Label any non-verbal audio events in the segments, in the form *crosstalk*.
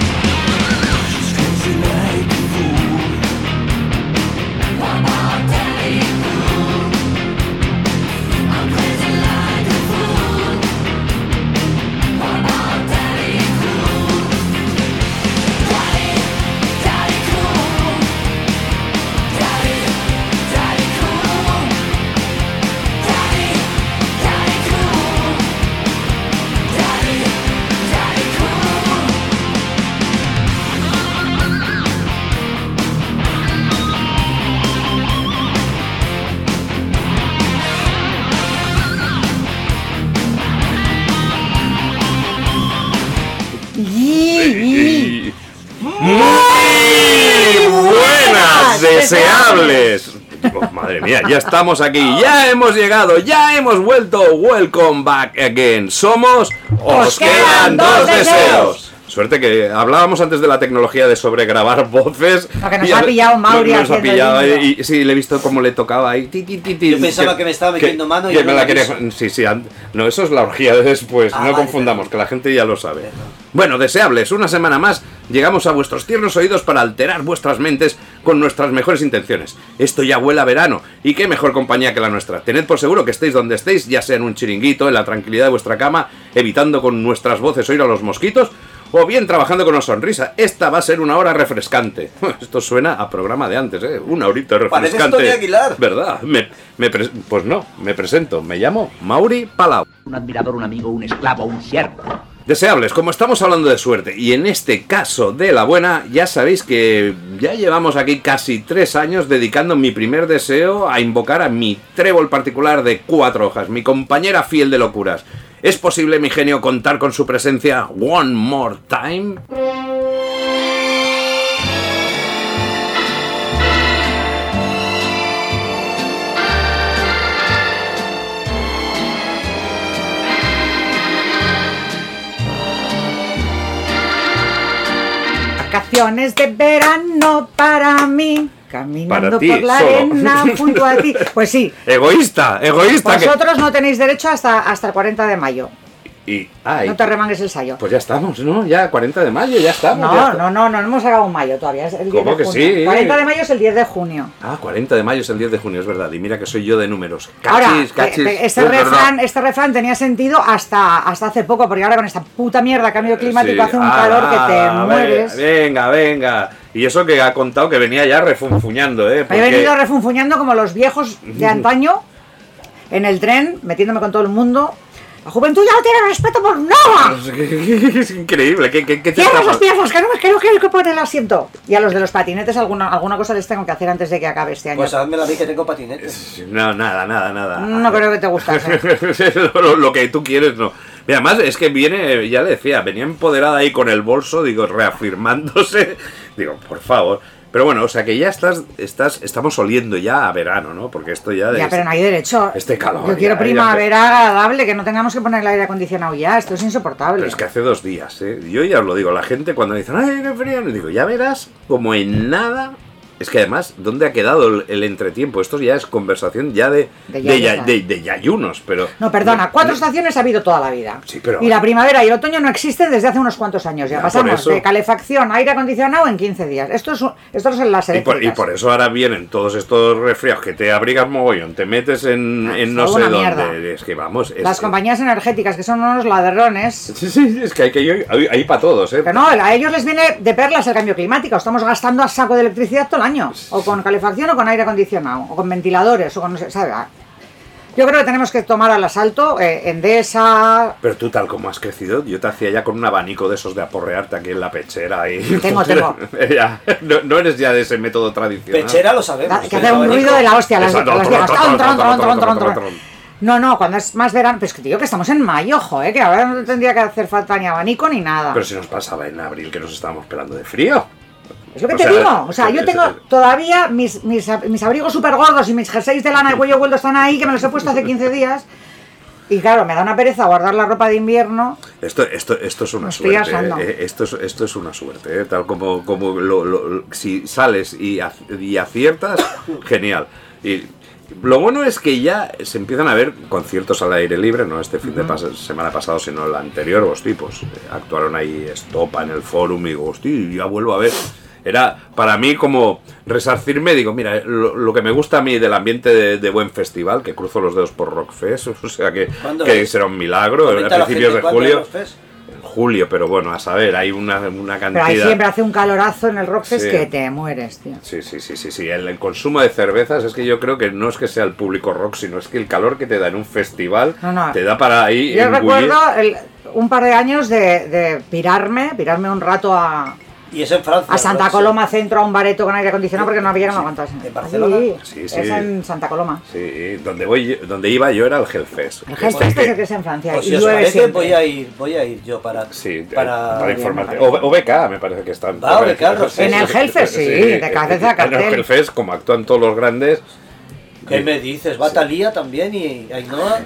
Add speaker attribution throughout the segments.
Speaker 1: She's crazy like a fool.
Speaker 2: Y-
Speaker 3: buenas,
Speaker 2: deseables. Oh, Madre mía, ya estamos aquí, ya hemos llegado, ya hemos vuelto. Welcome back again. Somos. Os quedan dos deseos. Suerte que hablábamos antes de la tecnología de sobregrabar voces.
Speaker 3: Porque nos
Speaker 2: Y
Speaker 3: ha
Speaker 2: a-
Speaker 3: pillado Mauri
Speaker 2: Nos, nos ha
Speaker 3: haciendo el
Speaker 2: pillado
Speaker 3: vídeo.
Speaker 2: y, y sí, le he visto cómo le tocaba ahí. ti, ti, ti, ti,
Speaker 4: Yo pensaba que me estaba metiendo mano y
Speaker 2: que
Speaker 4: yo
Speaker 2: me
Speaker 4: no
Speaker 2: la
Speaker 4: lo
Speaker 2: quería-
Speaker 4: aviso.
Speaker 2: Sí, sí, an- no, eso es la orgía de después.
Speaker 4: Ah,
Speaker 2: no
Speaker 4: vale,
Speaker 2: confundamos,
Speaker 4: perdón.
Speaker 2: que la gente ya lo sabe. Bueno, deseables, una semana más llegamos a vuestros tiernos oídos para alterar vuestras mentes con nuestras mejores intenciones. Esto ya huele a verano, y qué mejor compañía que la nuestra. Tened por seguro que estéis donde estéis, ya sea en un chiringuito, en la tranquilidad de vuestra cama, evitando con nuestras voces oír a los mosquitos, o bien trabajando con una sonrisa. Esta va a ser una hora refrescante. *laughs* Esto suena a programa de antes, ¿eh? Una horita
Speaker 4: Parece
Speaker 2: refrescante.
Speaker 4: Tony Aguilar.
Speaker 2: ¿Verdad? Me- me pres- pues no, me presento. Me llamo Mauri Palau.
Speaker 5: un admirador, un amigo, un esclavo, un siervo.
Speaker 2: Deseables, como estamos hablando de suerte, y en este caso de la buena, ya sabéis que ya llevamos aquí casi tres años dedicando mi primer deseo a invocar a mi trébol particular de cuatro hojas, mi compañera fiel de locuras. ¿Es posible, mi genio, contar con su presencia one more time?
Speaker 3: Vacaciones de verano para mí. Caminando
Speaker 2: Para ti,
Speaker 3: por la
Speaker 2: solo. *laughs*
Speaker 3: arena junto a ti. Pues sí.
Speaker 2: Egoísta, egoísta. que-
Speaker 3: Vosotros Pues no tenéis derecho hasta, hasta el 40 de mayo.
Speaker 2: Y, ay,
Speaker 3: No te remangues el sayo.
Speaker 2: pues ya estamos, ¿no? Ya 40 de mayo, ya estamos. ya
Speaker 3: No,
Speaker 2: está-
Speaker 3: no, no, no, hemos acabado un mayo todavía. Es el 10
Speaker 2: ¿Cómo
Speaker 3: de
Speaker 2: que
Speaker 3: junio.
Speaker 2: sí?
Speaker 3: 40 de mayo es el 10 de junio.
Speaker 2: Ah, 40 de mayo es el 10 de junio, es verdad. Y mira que soy yo de números.
Speaker 3: ahora,
Speaker 2: Cachis, cachis.
Speaker 3: eh, eh, este,
Speaker 2: Es verdad.
Speaker 3: refrán, este refrán tenía sentido hasta, hasta hace poco, porque ahora con esta puta mierda cambio climático
Speaker 2: Sí,
Speaker 3: hace un
Speaker 2: ala,
Speaker 3: calor que te
Speaker 2: ala,
Speaker 3: mueres.
Speaker 2: ve- Venga, venga. Y eso que ha contado que venía ya refunfuñando, ¿eh?
Speaker 3: Me
Speaker 2: porque-
Speaker 3: he
Speaker 2: *laughs*
Speaker 3: venido refunfuñando como los viejos de antaño en el tren, metiéndome con todo el mundo. La juventud ya no tiene respeto por nada.
Speaker 2: es increíble. ¿Qué, qué- qué te
Speaker 3: Cierra
Speaker 2: Pues está
Speaker 3: las
Speaker 2: pas-
Speaker 3: piernas, que no me creo que el que pone el asiento. Y a los de los patinetes alguna, alguna cosa les tengo que hacer antes de que acabe este año.
Speaker 4: Pues hazme la vi que tengo patinetes.
Speaker 2: No, nada, nada, nada.
Speaker 3: no creo que te
Speaker 2: *laughs*
Speaker 3: gustase.
Speaker 2: lo, lo- lo que tú quieres, no. Y además es que viene, ya le decía, venía empoderada ahí con el bolso, digo, reafirmándose. *laughs* Digo, por favor. Pero bueno, o sea que ya estás, estás, estamos oliendo ya a verano, ¿no? Porque esto ya...
Speaker 3: Ya,
Speaker 2: es-
Speaker 3: pero no hay derecho.
Speaker 2: Este calor,
Speaker 3: Yo quiero
Speaker 2: ya, ya,
Speaker 3: primavera agradable, que no tengamos que poner el aire acondicionado ya. Esto es insoportable.
Speaker 2: Pero es que hace dos días, ¿eh? Yo ya os lo digo, la gente cuando me dicen, ¡ay, qué frío! le digo, ya verás, como en nada. Es que además, ¿dónde ha quedado el, el entretiempo? Esto ya es conversación ya de,
Speaker 3: De
Speaker 2: de, ya-
Speaker 3: yayunas.
Speaker 2: de- de yayunos, pero.
Speaker 3: No, perdona, cuatro
Speaker 2: No,
Speaker 3: estaciones ha habido toda la vida.
Speaker 2: Sí, pero-
Speaker 3: Y la primavera y el otoño no existen desde hace unos cuantos años. Ya,
Speaker 2: Ya, por
Speaker 3: pasamos
Speaker 2: eso.
Speaker 3: de calefacción a aire acondicionado en 15 días. Esto es, un- esto es en las
Speaker 2: Y por, y
Speaker 3: eléctricas.
Speaker 2: por eso ahora vienen todos estos resfriados que te abrigas mogollón, te metes en,
Speaker 3: Ah, es
Speaker 2: en no sé
Speaker 3: una
Speaker 2: dónde.
Speaker 3: mierda.
Speaker 2: Es que vamos. es
Speaker 3: Las
Speaker 2: que-
Speaker 3: compañías energéticas, que son unos ladrones.
Speaker 2: *laughs* Sí, sí, es que hay que ir ahí- ahí para todos, ¿eh?
Speaker 3: Pero no, a ellos les viene de perlas el cambio climático. Estamos gastando a saco de electricidad todo el año. O con calefacción o con aire acondicionado. O con ventiladores. O con, no sé, ¿sabe? Yo creo que tenemos que tomar al asalto eh, Endesa.
Speaker 2: Pero tú, tal como has crecido, yo te hacía ya con un abanico de esos de aporrearte aquí en la pechera. Y... *laughs*
Speaker 3: Tengo, tengo.
Speaker 2: Ya, no, no eres ya de ese método tradicional.
Speaker 4: Pechera lo sabemos.
Speaker 3: Que hace un ruido de la hostia. Las,
Speaker 2: Exacto,
Speaker 3: las
Speaker 2: tron,
Speaker 3: viejas. Tron,
Speaker 2: tron,
Speaker 3: tron, tron,
Speaker 2: tron, tron,
Speaker 3: tron, tron.
Speaker 2: tron.
Speaker 3: No, no, cuando es más verano. Pero es que te digo que estamos en mayo, ojo, eh, que ahora no tendría que hacer falta ni abanico ni nada.
Speaker 2: Pero si nos pasaba en abril que nos estábamos pelando de frío.
Speaker 3: Es lo que
Speaker 2: O
Speaker 3: te
Speaker 2: sea,
Speaker 3: digo. O sea,
Speaker 2: es-
Speaker 3: yo
Speaker 2: es-
Speaker 3: tengo
Speaker 2: es-
Speaker 3: todavía mis, mis, ab- mis abrigos súper gordos y mis jerseys de lana de cuello vuelto están ahí, que me los he puesto hace 15 días. Y claro, me da una pereza guardar la ropa de invierno.
Speaker 2: Esto, esto, esto es una
Speaker 3: Me estoy
Speaker 2: suerte.
Speaker 3: asando.
Speaker 2: eh, Esto es, esto es una suerte. eh, Tal como, como lo- lo- si sales y, ac- y aciertas, genial. Y lo bueno es que ya se empiezan a ver conciertos al aire libre, no este fin de pas- semana pasado, sino el anterior, los tipos. eh, Actuaron ahí Estopa en el forum y digo, "Hosti, ya vuelvo a ver. Era para mí como resarcirme, digo, mira, eh, lo, lo que me gusta a mí del ambiente de, de buen festival, que cruzo los dedos por Rockfest, *laughs* o sea que,
Speaker 4: ¿Cuándo
Speaker 2: que
Speaker 4: es?
Speaker 2: será un milagro,
Speaker 4: Comenta
Speaker 2: a
Speaker 4: la
Speaker 2: principios
Speaker 4: gente
Speaker 2: de
Speaker 4: cuándo
Speaker 2: julio.
Speaker 4: los fest.
Speaker 2: En julio, pero bueno, a saber, hay una, una
Speaker 3: Pero ahí
Speaker 2: cantidad.
Speaker 3: siempre hace un calorazo en el Rockfest
Speaker 2: Sí.
Speaker 3: que te mueres, tío.
Speaker 2: Sí, sí, sí, sí, sí. El, el consumo de cervezas es que yo creo que no es que sea el público rock, sino es que el calor que te da en un festival
Speaker 3: No, no.
Speaker 2: te da para ahí.
Speaker 3: Yo
Speaker 2: engullir.
Speaker 3: recuerdo el- un par de años de, de pirarme, pirarme un rato a,
Speaker 4: Y es en Francia.
Speaker 3: a Santa
Speaker 4: ¿no?
Speaker 3: Coloma Centro, a un bareto con aire acondicionado, porque no había que no
Speaker 4: Sí.
Speaker 3: aguantase.
Speaker 4: ¿En Barcelona?
Speaker 2: Sí,
Speaker 3: Sí,
Speaker 2: sí.
Speaker 3: Es en Santa Coloma.
Speaker 2: Sí, donde voy, donde iba yo era el Hellfest.
Speaker 3: El
Speaker 2: Que-
Speaker 3: Hellfest
Speaker 2: que-
Speaker 3: es el este que es en Francia.
Speaker 4: Pues
Speaker 3: y
Speaker 4: si os
Speaker 3: llueve
Speaker 4: parece,
Speaker 3: siempre.
Speaker 4: voy a ir, voy a ir yo para.
Speaker 2: Sí, eh, para,
Speaker 4: para.
Speaker 2: informarte. O, o BK, me parece que están.
Speaker 4: Ah,
Speaker 2: *laughs*
Speaker 4: OBK, Rockfest. En
Speaker 3: el Hellfest, sí, de cabeza a
Speaker 2: En el
Speaker 3: cartel.
Speaker 2: Hellfest, como actúan todos los grandes. *laughs*
Speaker 4: ¿Qué me dices? ¿Va Thalía también y Ainhoa?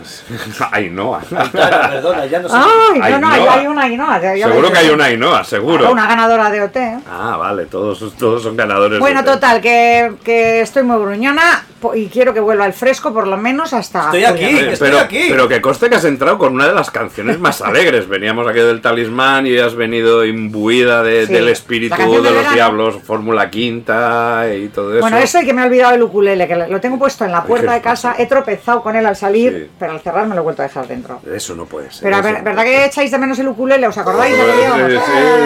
Speaker 2: Ay, no.
Speaker 4: Aitana, perdona, ya
Speaker 3: *laughs*
Speaker 4: no sé.
Speaker 3: Ay, no, no,
Speaker 2: Ainhoa.
Speaker 3: ahí hay una Ainhoa. ya- ya ves.
Speaker 2: Seguro que hay una Ainhoa, seguro.
Speaker 3: Una ganadora de OT. ¿eh?
Speaker 2: Ah, vale, todos, todos son ganadores.
Speaker 3: Bueno,
Speaker 2: de-
Speaker 3: total, que, que estoy muy gruñona po- y quiero que vuelva al fresco por lo menos hasta...
Speaker 4: Estoy
Speaker 3: julio.
Speaker 4: aquí,
Speaker 2: Eh,
Speaker 4: estoy
Speaker 2: pero,
Speaker 4: aquí.
Speaker 2: pero que conste que has entrado con una de las canciones más alegres. Veníamos aquí del talismán y has venido imbuida de-
Speaker 3: Sí.
Speaker 2: del
Speaker 3: La
Speaker 2: espíritu de
Speaker 3: canción
Speaker 2: los
Speaker 3: del verano.
Speaker 2: diablos, Fórmula Quinta y todo eso.
Speaker 3: Bueno, eso y que me he olvidado el ukulele, que lo tengo puesto en la puerta
Speaker 2: qué
Speaker 3: de casa, he tropezado con él al salir,
Speaker 2: Sí.
Speaker 3: pero al cerrar me lo he vuelto a dejar dentro.
Speaker 2: Eso no puede ser.
Speaker 3: Pero a
Speaker 2: eso
Speaker 3: ver,
Speaker 2: no
Speaker 3: ¿verdad
Speaker 2: puede
Speaker 3: que
Speaker 2: ser.
Speaker 3: echáis de menos el ukulele? ¿Os acordáis de que
Speaker 2: Sí,
Speaker 3: llevamos?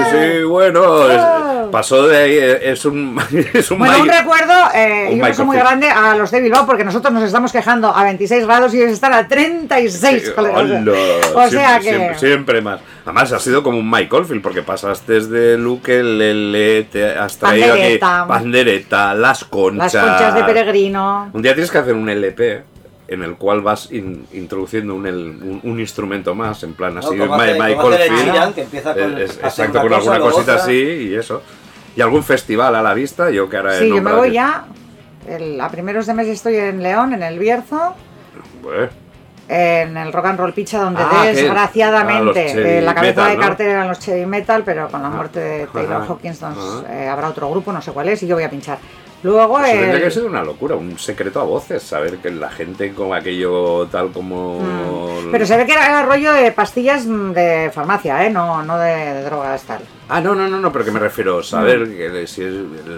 Speaker 2: sí, sí, bueno, es-
Speaker 3: Ah.
Speaker 2: pasó de ahí, es un, *laughs* es un
Speaker 3: Bueno, un
Speaker 2: mayor-
Speaker 3: recuerdo, eh,
Speaker 2: Un
Speaker 3: y un beso muy
Speaker 2: microfilm.
Speaker 3: grande a los de Bilbao, porque nosotros nos estamos quejando a 26 grados y ellos están a *laughs* 36.
Speaker 2: Sí,
Speaker 3: colegas.
Speaker 2: hola.
Speaker 3: O
Speaker 2: Siempre,
Speaker 3: sea que...
Speaker 2: siempre, siempre más. Además, ha sido como un Mike Oldfield, porque pasaste desde Luke Lele, te has traído
Speaker 3: Pandereta.
Speaker 2: aquí pandereta, las conchas.
Speaker 3: Las conchas de peregrino.
Speaker 2: Un día tienes que hacer un LP en el cual vas in- introduciendo un, el- un- un instrumento más, en plan así,
Speaker 4: como
Speaker 2: Ma-
Speaker 4: hace-
Speaker 2: Mike
Speaker 4: como hace Ed
Speaker 2: Oldfield. Eh,
Speaker 4: Sheeran, que empieza con-
Speaker 2: Es- es-
Speaker 4: hace
Speaker 2: exacto,
Speaker 4: una
Speaker 2: con
Speaker 4: cosa,
Speaker 2: alguna
Speaker 4: luego
Speaker 2: cosita
Speaker 4: otra.
Speaker 2: así y eso. Y algún festival a la vista, yo que ahora he
Speaker 3: Sí, yo me
Speaker 2: nombrado
Speaker 3: voy
Speaker 2: aquí.
Speaker 3: ya. el- a primeros de mes estoy en León, en el Bierzo,
Speaker 2: Bueno,
Speaker 3: en el Rock and Roll Picha, donde
Speaker 2: Ah, que- ah, los
Speaker 3: desgraciadamente
Speaker 2: Chevy
Speaker 3: eh, la cabeza
Speaker 2: Metal,
Speaker 3: de
Speaker 2: ¿no? Ah,
Speaker 3: cartel eran los Chevy Metal, pero con la muerte de Taylor
Speaker 2: ajá,
Speaker 3: Hawkins nos,
Speaker 2: ajá.
Speaker 3: eh, habrá otro grupo, no sé cuál es, y yo voy a pinchar. Luego
Speaker 2: eso Pues tendría
Speaker 3: el-
Speaker 2: que ser una locura, un secreto a voces, saber que la gente con aquello tal como...
Speaker 3: Mm. Pero se ve que era rollo de pastillas mm, de farmacia, ¿eh? No, no de, de drogas tal.
Speaker 2: Ah, no, no, no, no, pero que me refiero, saber
Speaker 3: Mm.
Speaker 2: que si es-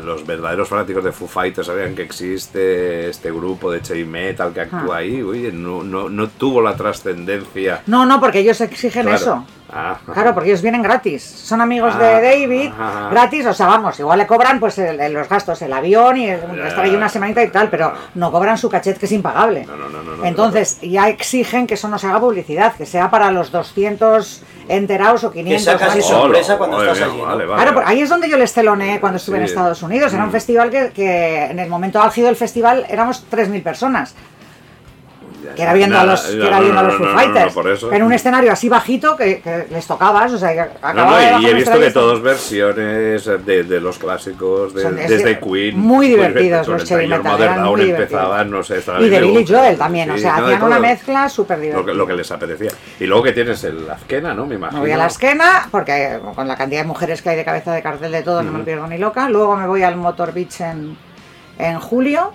Speaker 2: los verdaderos fanáticos de Foo Fighters sabían que existe este grupo de heavy metal que actúa
Speaker 3: Ah.
Speaker 2: ahí, oye, no, no, no tuvo la trascendencia.
Speaker 3: No, no, porque ellos exigen
Speaker 2: Claro.
Speaker 3: eso.
Speaker 2: Ah,
Speaker 3: Claro, porque ellos vienen gratis. Son amigos
Speaker 2: Ah,
Speaker 3: de David,
Speaker 2: ajá.
Speaker 3: gratis, o sea, vamos, igual le cobran pues el- el- los gastos, el avión y el-
Speaker 2: Ya.
Speaker 3: estar ahí una semanita y tal, pero no cobran su cachet que es impagable.
Speaker 2: No, no, no, no, no,
Speaker 3: Entonces, ya exigen que eso no se haga publicidad, que sea para los 200 enterados o 500.
Speaker 4: Que sea
Speaker 3: ¿vale?
Speaker 4: casi eso. sorpresa cuando
Speaker 2: madre
Speaker 4: estás allí, ¿no?
Speaker 2: Vale, vale.
Speaker 3: Claro, por- ahí es donde yo les teloneé cuando estuve en
Speaker 2: Sí.
Speaker 3: Estados Unidos. Era
Speaker 2: Mm.
Speaker 3: un festival que, que en el momento álgido del festival éramos 3.000 personas. Que era viendo a
Speaker 2: Nada,
Speaker 3: los, que
Speaker 2: ya,
Speaker 3: era
Speaker 2: no,
Speaker 3: viendo a
Speaker 2: no,
Speaker 3: los Foo
Speaker 2: no, no, no,
Speaker 3: Fighters.
Speaker 2: por eso.
Speaker 3: En un escenario así bajito que, que les tocabas. O sea, que
Speaker 2: No,
Speaker 3: acababa
Speaker 2: no,
Speaker 3: de
Speaker 2: y
Speaker 3: bajar
Speaker 2: he
Speaker 3: un
Speaker 2: visto que
Speaker 3: escenario-
Speaker 2: todos versiones eh, de, de los clásicos, de-
Speaker 3: Son- es
Speaker 2: desde
Speaker 3: decir,
Speaker 2: Queen. *laughs*
Speaker 3: muy
Speaker 2: Queen
Speaker 3: divertidos
Speaker 2: Ventura,
Speaker 3: los Chevy
Speaker 2: Your
Speaker 3: Metal,
Speaker 2: Mother
Speaker 3: eran
Speaker 2: Down
Speaker 3: muy
Speaker 2: empezaban, no sé, esta a
Speaker 3: Y
Speaker 2: mí
Speaker 3: de
Speaker 2: me
Speaker 3: Billy
Speaker 2: gusta,
Speaker 3: Joel también, o
Speaker 2: sí,
Speaker 3: sea,
Speaker 2: no, de
Speaker 3: hacían una
Speaker 2: todo.
Speaker 3: mezcla súper
Speaker 2: Lo que,
Speaker 3: divertida.
Speaker 2: lo que les apetecía. Y luego que tienes el Azquena, ¿no? Me
Speaker 4: Ah,
Speaker 2: imagino.
Speaker 3: Me voy a la esquena, porque con la cantidad de mujeres que hay de cabeza de cartel de todo, no me lo pierdo ni loca. Luego me voy al Motor Beach en, en julio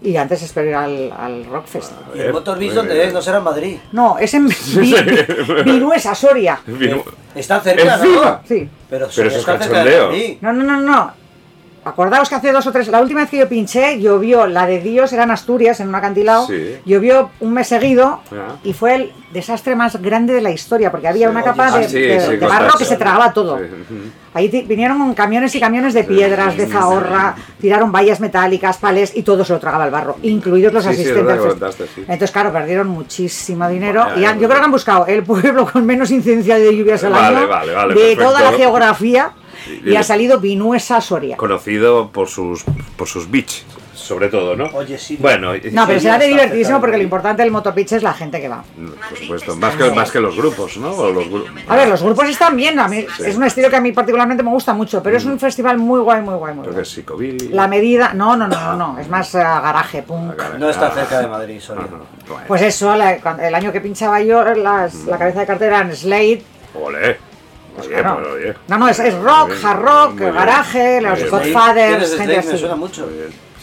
Speaker 3: y antes espero ir al, al Rockfest.
Speaker 2: A
Speaker 4: ¿Y
Speaker 2: ver,
Speaker 4: el Motor Beach
Speaker 2: eh, muy
Speaker 4: dónde
Speaker 2: bien.
Speaker 4: es? No será en Madrid.
Speaker 3: No, es
Speaker 4: *laughs*
Speaker 3: en Vi- Viruesa, Soria.
Speaker 2: *laughs* Vino-
Speaker 4: Eh, Está cerca,
Speaker 2: Encima.
Speaker 4: ¿no?
Speaker 3: Sí.
Speaker 2: Pero
Speaker 4: Pero,
Speaker 2: eso
Speaker 4: está
Speaker 2: es
Speaker 4: cerca de
Speaker 2: cachondeo.
Speaker 4: Madrid.
Speaker 3: No, no, no, no. Acordaos que hace dos o tres, la última vez que yo pinché, llovió, la de Dios era en Asturias, en un acantilado,
Speaker 2: Sí.
Speaker 3: llovió un mes seguido
Speaker 2: Ah.
Speaker 3: y fue el desastre más grande de la historia, porque había
Speaker 4: Sí,
Speaker 3: una
Speaker 4: oye,
Speaker 3: capa
Speaker 4: ah,
Speaker 3: de,
Speaker 4: sí,
Speaker 3: de-
Speaker 4: sí,
Speaker 3: de
Speaker 4: consta,
Speaker 3: barro que
Speaker 4: sí.
Speaker 3: se tragaba todo.
Speaker 2: Sí, ujú.
Speaker 3: Ahí ti- vinieron con camiones y camiones de piedras, de zahorra, tiraron vallas metálicas, palés y todo se lo tragaba el barro, incluidos los
Speaker 2: Sí, sí, es
Speaker 3: asistentes.
Speaker 2: verdad que
Speaker 3: del
Speaker 2: contaste, sí.
Speaker 3: Entonces, claro, perdieron muchísimo dinero.
Speaker 2: Vale,
Speaker 3: y han- yo creo que han buscado el pueblo con menos incidencia de lluvias al
Speaker 2: Vale,
Speaker 3: año
Speaker 2: vale, vale,
Speaker 3: de
Speaker 2: perfecto.
Speaker 3: toda la geografía
Speaker 2: Y-
Speaker 3: y ha salido Vinuesa Soria.
Speaker 2: Conocido por sus, por sus beach, sobre todo, ¿no?
Speaker 4: Oye, sí.
Speaker 2: Bueno, y-
Speaker 3: No, pero
Speaker 4: Sí,
Speaker 3: será de
Speaker 4: está
Speaker 3: divertidísimo
Speaker 4: aceptable.
Speaker 3: porque lo importante del motopitch es la gente que va.
Speaker 2: por supuesto, más que, más que los grupos, ¿no? O los gru-
Speaker 3: A ver, los grupos están bien, a mí- es un estilo que a mí particularmente me gusta mucho, pero es un festival muy guay, muy guay, muy
Speaker 2: Mm. Creo que
Speaker 3: guay.
Speaker 2: es Psicobilly.
Speaker 3: La medida, no, no, no, no, no, es más eh, garaje, punk.
Speaker 2: Caray,
Speaker 4: No está
Speaker 2: ah,
Speaker 4: cerca de Madrid,
Speaker 2: ah,
Speaker 4: Soria.
Speaker 2: no, bueno.
Speaker 3: Pues eso, la- cuando- el año que pinchaba yo, las- la cabeza de cartera en Slade.
Speaker 2: Olé. Oye,
Speaker 3: claro.
Speaker 2: pues, oye.
Speaker 3: No, no, es, es rock,
Speaker 2: Muy bien,
Speaker 3: hard rock,
Speaker 2: muy bien.
Speaker 3: garaje, los
Speaker 2: Muy
Speaker 4: Slade,
Speaker 2: bien.
Speaker 3: Godfathers,
Speaker 4: ¿Tienes
Speaker 3: gente
Speaker 4: Slade? Me
Speaker 3: así.
Speaker 4: suena mucho.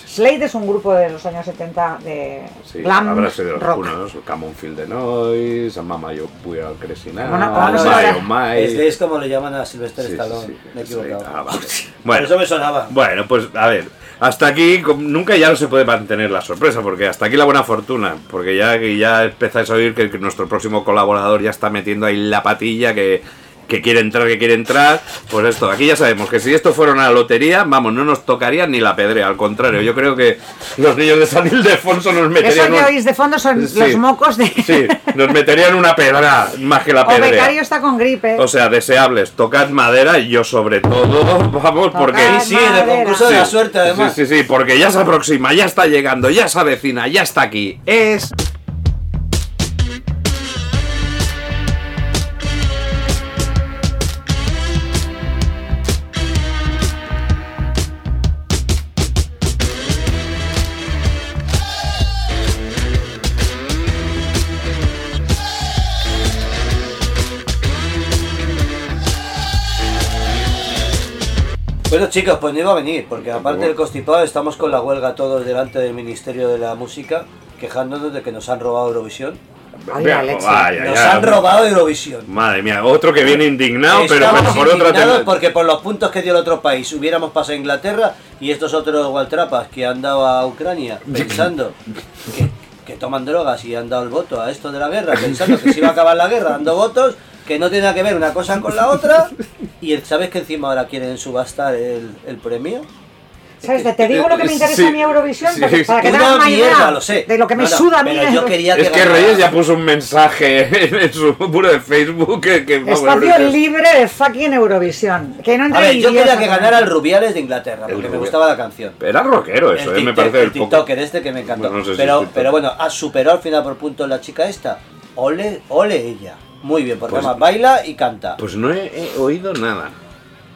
Speaker 3: Slade es un grupo de los años 70 de
Speaker 2: Sí,
Speaker 3: glam
Speaker 2: habrá sido los
Speaker 3: rock.
Speaker 2: cunos, Common Field de Noise, Mama Yo Voy al Cresinar,
Speaker 3: Bueno,
Speaker 4: Ah, no,
Speaker 3: vamos
Speaker 2: My,
Speaker 3: ahora.
Speaker 2: Oh My.
Speaker 4: es, es como le llaman a Sylvester
Speaker 2: Sí, sí,
Speaker 4: Stallone.
Speaker 2: sí,
Speaker 4: Me he
Speaker 2: sí, sí.
Speaker 4: equivocado.
Speaker 2: Ah,
Speaker 3: *laughs*
Speaker 2: vale.
Speaker 4: Por eso
Speaker 2: Bueno,
Speaker 4: me sonaba.
Speaker 2: bueno, pues a ver. Hasta aquí com- nunca ya no se puede mantener la sorpresa, porque hasta aquí la buena fortuna, porque ya, ya empezáis a oír que, que nuestro próximo colaborador ya está metiendo ahí la patilla que, que quiere entrar, que quiere entrar. Pues esto, aquí ya sabemos que si esto fuera una lotería, vamos, no nos tocaría ni la pedrea, al contrario, yo creo que los niños de San Ildefonso nos meterían...
Speaker 3: Eso que
Speaker 2: un-
Speaker 3: oís de fondo son
Speaker 2: Sí.
Speaker 3: los mocos de... *laughs*
Speaker 2: Sí, nos meterían una pedra más que la
Speaker 3: o
Speaker 2: pedrea.
Speaker 3: Becario está con gripe.
Speaker 2: O sea, deseables, tocad madera y yo sobre todo, vamos, porque...
Speaker 3: Tocad
Speaker 4: Y sí, en el
Speaker 3: Madera.
Speaker 4: concurso de la suerte, además.
Speaker 2: Ah, Sí, sí, sí, porque ya se aproxima, ya está llegando, ya se avecina, ya está aquí. Es.
Speaker 4: Bueno, chicos, pues no iba a venir, porque aparte del constipado, estamos con la huelga todos delante del Ministerio de la Música, quejándonos de que nos han robado Eurovisión.
Speaker 3: Ay,
Speaker 2: Vea,
Speaker 3: la leche.
Speaker 2: vaya,
Speaker 4: Nos
Speaker 2: ya.
Speaker 4: han robado Eurovisión.
Speaker 2: Madre mía, otro que viene indignado, pero,
Speaker 4: Estamos
Speaker 2: pero por otra
Speaker 4: indignados
Speaker 2: tem-
Speaker 4: porque por los puntos que dio el otro país hubiéramos pasado a Inglaterra y estos otros gualtrapas que han dado
Speaker 2: *laughs*
Speaker 4: a Ucrania pensando que, que toman drogas y han dado el voto a esto de la guerra pensando que se iba a acabar la guerra dando votos que no tiene nada que ver una cosa con la otra y el- sabes que encima ahora quieren subastar el, el premio
Speaker 3: ¿Sabes? Te- Te digo lo que me interesa
Speaker 2: Sí.
Speaker 3: a mí Eurovisión
Speaker 2: Sí.
Speaker 3: porque- para que te
Speaker 4: Una
Speaker 3: hagas una idea
Speaker 4: mierda, lo sé.
Speaker 3: de lo que me
Speaker 4: No, no,
Speaker 3: suda a mí.
Speaker 4: pero yo quería
Speaker 2: Es que
Speaker 4: ganara-
Speaker 2: Reyes ya puso un mensaje *laughs* en, su muro de Facebook que. que vamos,
Speaker 3: Espacio
Speaker 2: ahorita-
Speaker 3: libre de fucking Eurovisión. Que no
Speaker 4: A
Speaker 3: entre
Speaker 4: ver, yo
Speaker 3: idiotas
Speaker 4: quería que
Speaker 3: con-
Speaker 4: ganara el Rubiales de Inglaterra porque
Speaker 2: El
Speaker 4: me
Speaker 2: Rubiales.
Speaker 4: gustaba la canción
Speaker 2: Era rockero eso,
Speaker 4: el
Speaker 2: eh, me
Speaker 4: tic-
Speaker 2: parece
Speaker 4: el
Speaker 2: el poco-
Speaker 4: TikToker este que me encantó.
Speaker 2: Bueno, no sé si es
Speaker 4: pero,
Speaker 2: TikTok.
Speaker 4: pero bueno, ha superado al final por puntos la chica esta. Ole, ole ella. Muy bien, porque
Speaker 2: Pues-
Speaker 4: además baila y canta.
Speaker 2: Pues no he, he oído nada.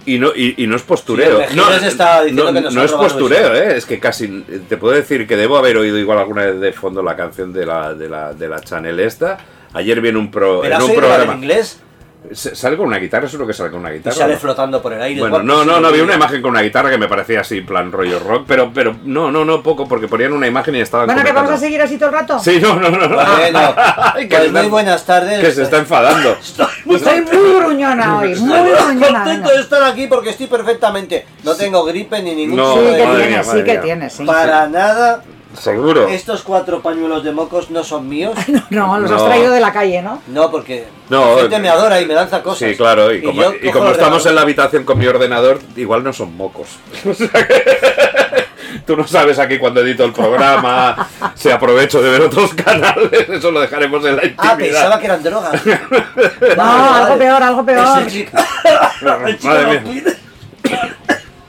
Speaker 2: Y no, y, y no es
Speaker 4: Sí, el
Speaker 2: postureo. no,
Speaker 4: Mejines estaba diciendo
Speaker 2: no-
Speaker 4: que nos
Speaker 2: no
Speaker 4: han
Speaker 2: es
Speaker 4: robado
Speaker 2: postureo, eh, es que casi. Te puedo decir que debo haber oído igual alguna vez de fondo la canción de la, de la, de la Chanel esta. Ayer vi en un, pro, en
Speaker 4: pero has
Speaker 2: un
Speaker 4: oído la del
Speaker 2: programa.
Speaker 4: inglés
Speaker 2: S- ¿Sale con una guitarra? Seguro que sale con una
Speaker 4: y
Speaker 2: guitarra.
Speaker 4: sale
Speaker 2: ¿no?
Speaker 4: flotando por el aire.
Speaker 2: Bueno,
Speaker 4: guapo,
Speaker 2: no,
Speaker 4: sí,
Speaker 2: no, no,
Speaker 4: muy
Speaker 2: había
Speaker 4: bien.
Speaker 2: una imagen con una guitarra que me parecía así, plan rollo rock, pero, pero no, no, no, poco, porque ponían una imagen y estaban.
Speaker 3: Bueno, que vamos a
Speaker 2: comentando.
Speaker 3: seguir así todo el rato.
Speaker 2: Sí, no, no, no. no.
Speaker 4: Bueno,
Speaker 2: *laughs* Ay, que
Speaker 4: pues
Speaker 2: se
Speaker 4: muy
Speaker 2: está-
Speaker 4: buenas pues. tardes.
Speaker 2: Que se está
Speaker 4: *laughs*
Speaker 2: enfadando.
Speaker 3: Estoy muy gruñona
Speaker 2: *laughs*
Speaker 3: hoy, muy gruñona. venga.
Speaker 4: contento de estar aquí porque estoy perfectamente. No tengo gripe ni ningún
Speaker 2: No,
Speaker 4: tipo
Speaker 3: Sí
Speaker 4: de-
Speaker 3: que
Speaker 2: Madre mía,
Speaker 3: tienes,
Speaker 2: madre
Speaker 3: sí que
Speaker 2: mía.
Speaker 3: tienes, sí.
Speaker 4: Para nada,
Speaker 2: Seguro.
Speaker 4: estos cuatro pañuelos de mocos no son míos.
Speaker 3: *laughs* No, los
Speaker 2: No.
Speaker 3: has traído de la calle, ¿no?
Speaker 4: No, porque
Speaker 2: No,
Speaker 4: la gente
Speaker 2: eh,
Speaker 4: me adora y me lanza cosas.
Speaker 2: Sí, claro, y como,
Speaker 4: yo
Speaker 2: y
Speaker 4: cojo
Speaker 2: como
Speaker 4: el
Speaker 2: estamos
Speaker 4: ordenador.
Speaker 2: en la habitación con mi ordenador, igual no son mocos. *laughs* O sea que- Tú no sabes aquí cuando edito el
Speaker 4: *laughs*
Speaker 2: programa, se aprovecho de ver otros canales, eso lo dejaremos en la
Speaker 4: Ah, pensaba
Speaker 2: intimidad.
Speaker 4: que
Speaker 2: *laughs*
Speaker 4: eran drogas.
Speaker 3: No, algo peor, algo peor.
Speaker 2: Madre mía.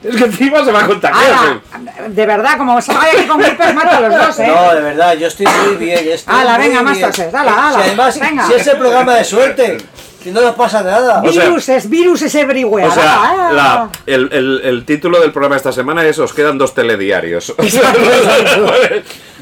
Speaker 2: Es que encima se va a
Speaker 4: Ah,
Speaker 2: contagiar.
Speaker 3: Ala, de verdad, como salga de aquí con gripe, mata a los dos, ¿eh?
Speaker 4: No, de verdad, yo estoy muy bien. Estoy
Speaker 3: Ala,
Speaker 4: muy
Speaker 3: venga,
Speaker 4: bien. Eh,
Speaker 3: Masterchef, ala, ala,
Speaker 4: Si además,
Speaker 3: venga.
Speaker 4: si es el programa de suerte, que no nos pasa nada.
Speaker 2: o sea-
Speaker 3: virus es, virus es everywhere.
Speaker 2: O sea,
Speaker 3: Ah,
Speaker 2: la- el, el- el título del programa esta semana es Os quedan dos telediarios. *laughs* O sea,
Speaker 4: Yo
Speaker 2: lo-
Speaker 4: creo
Speaker 2: lo-
Speaker 4: que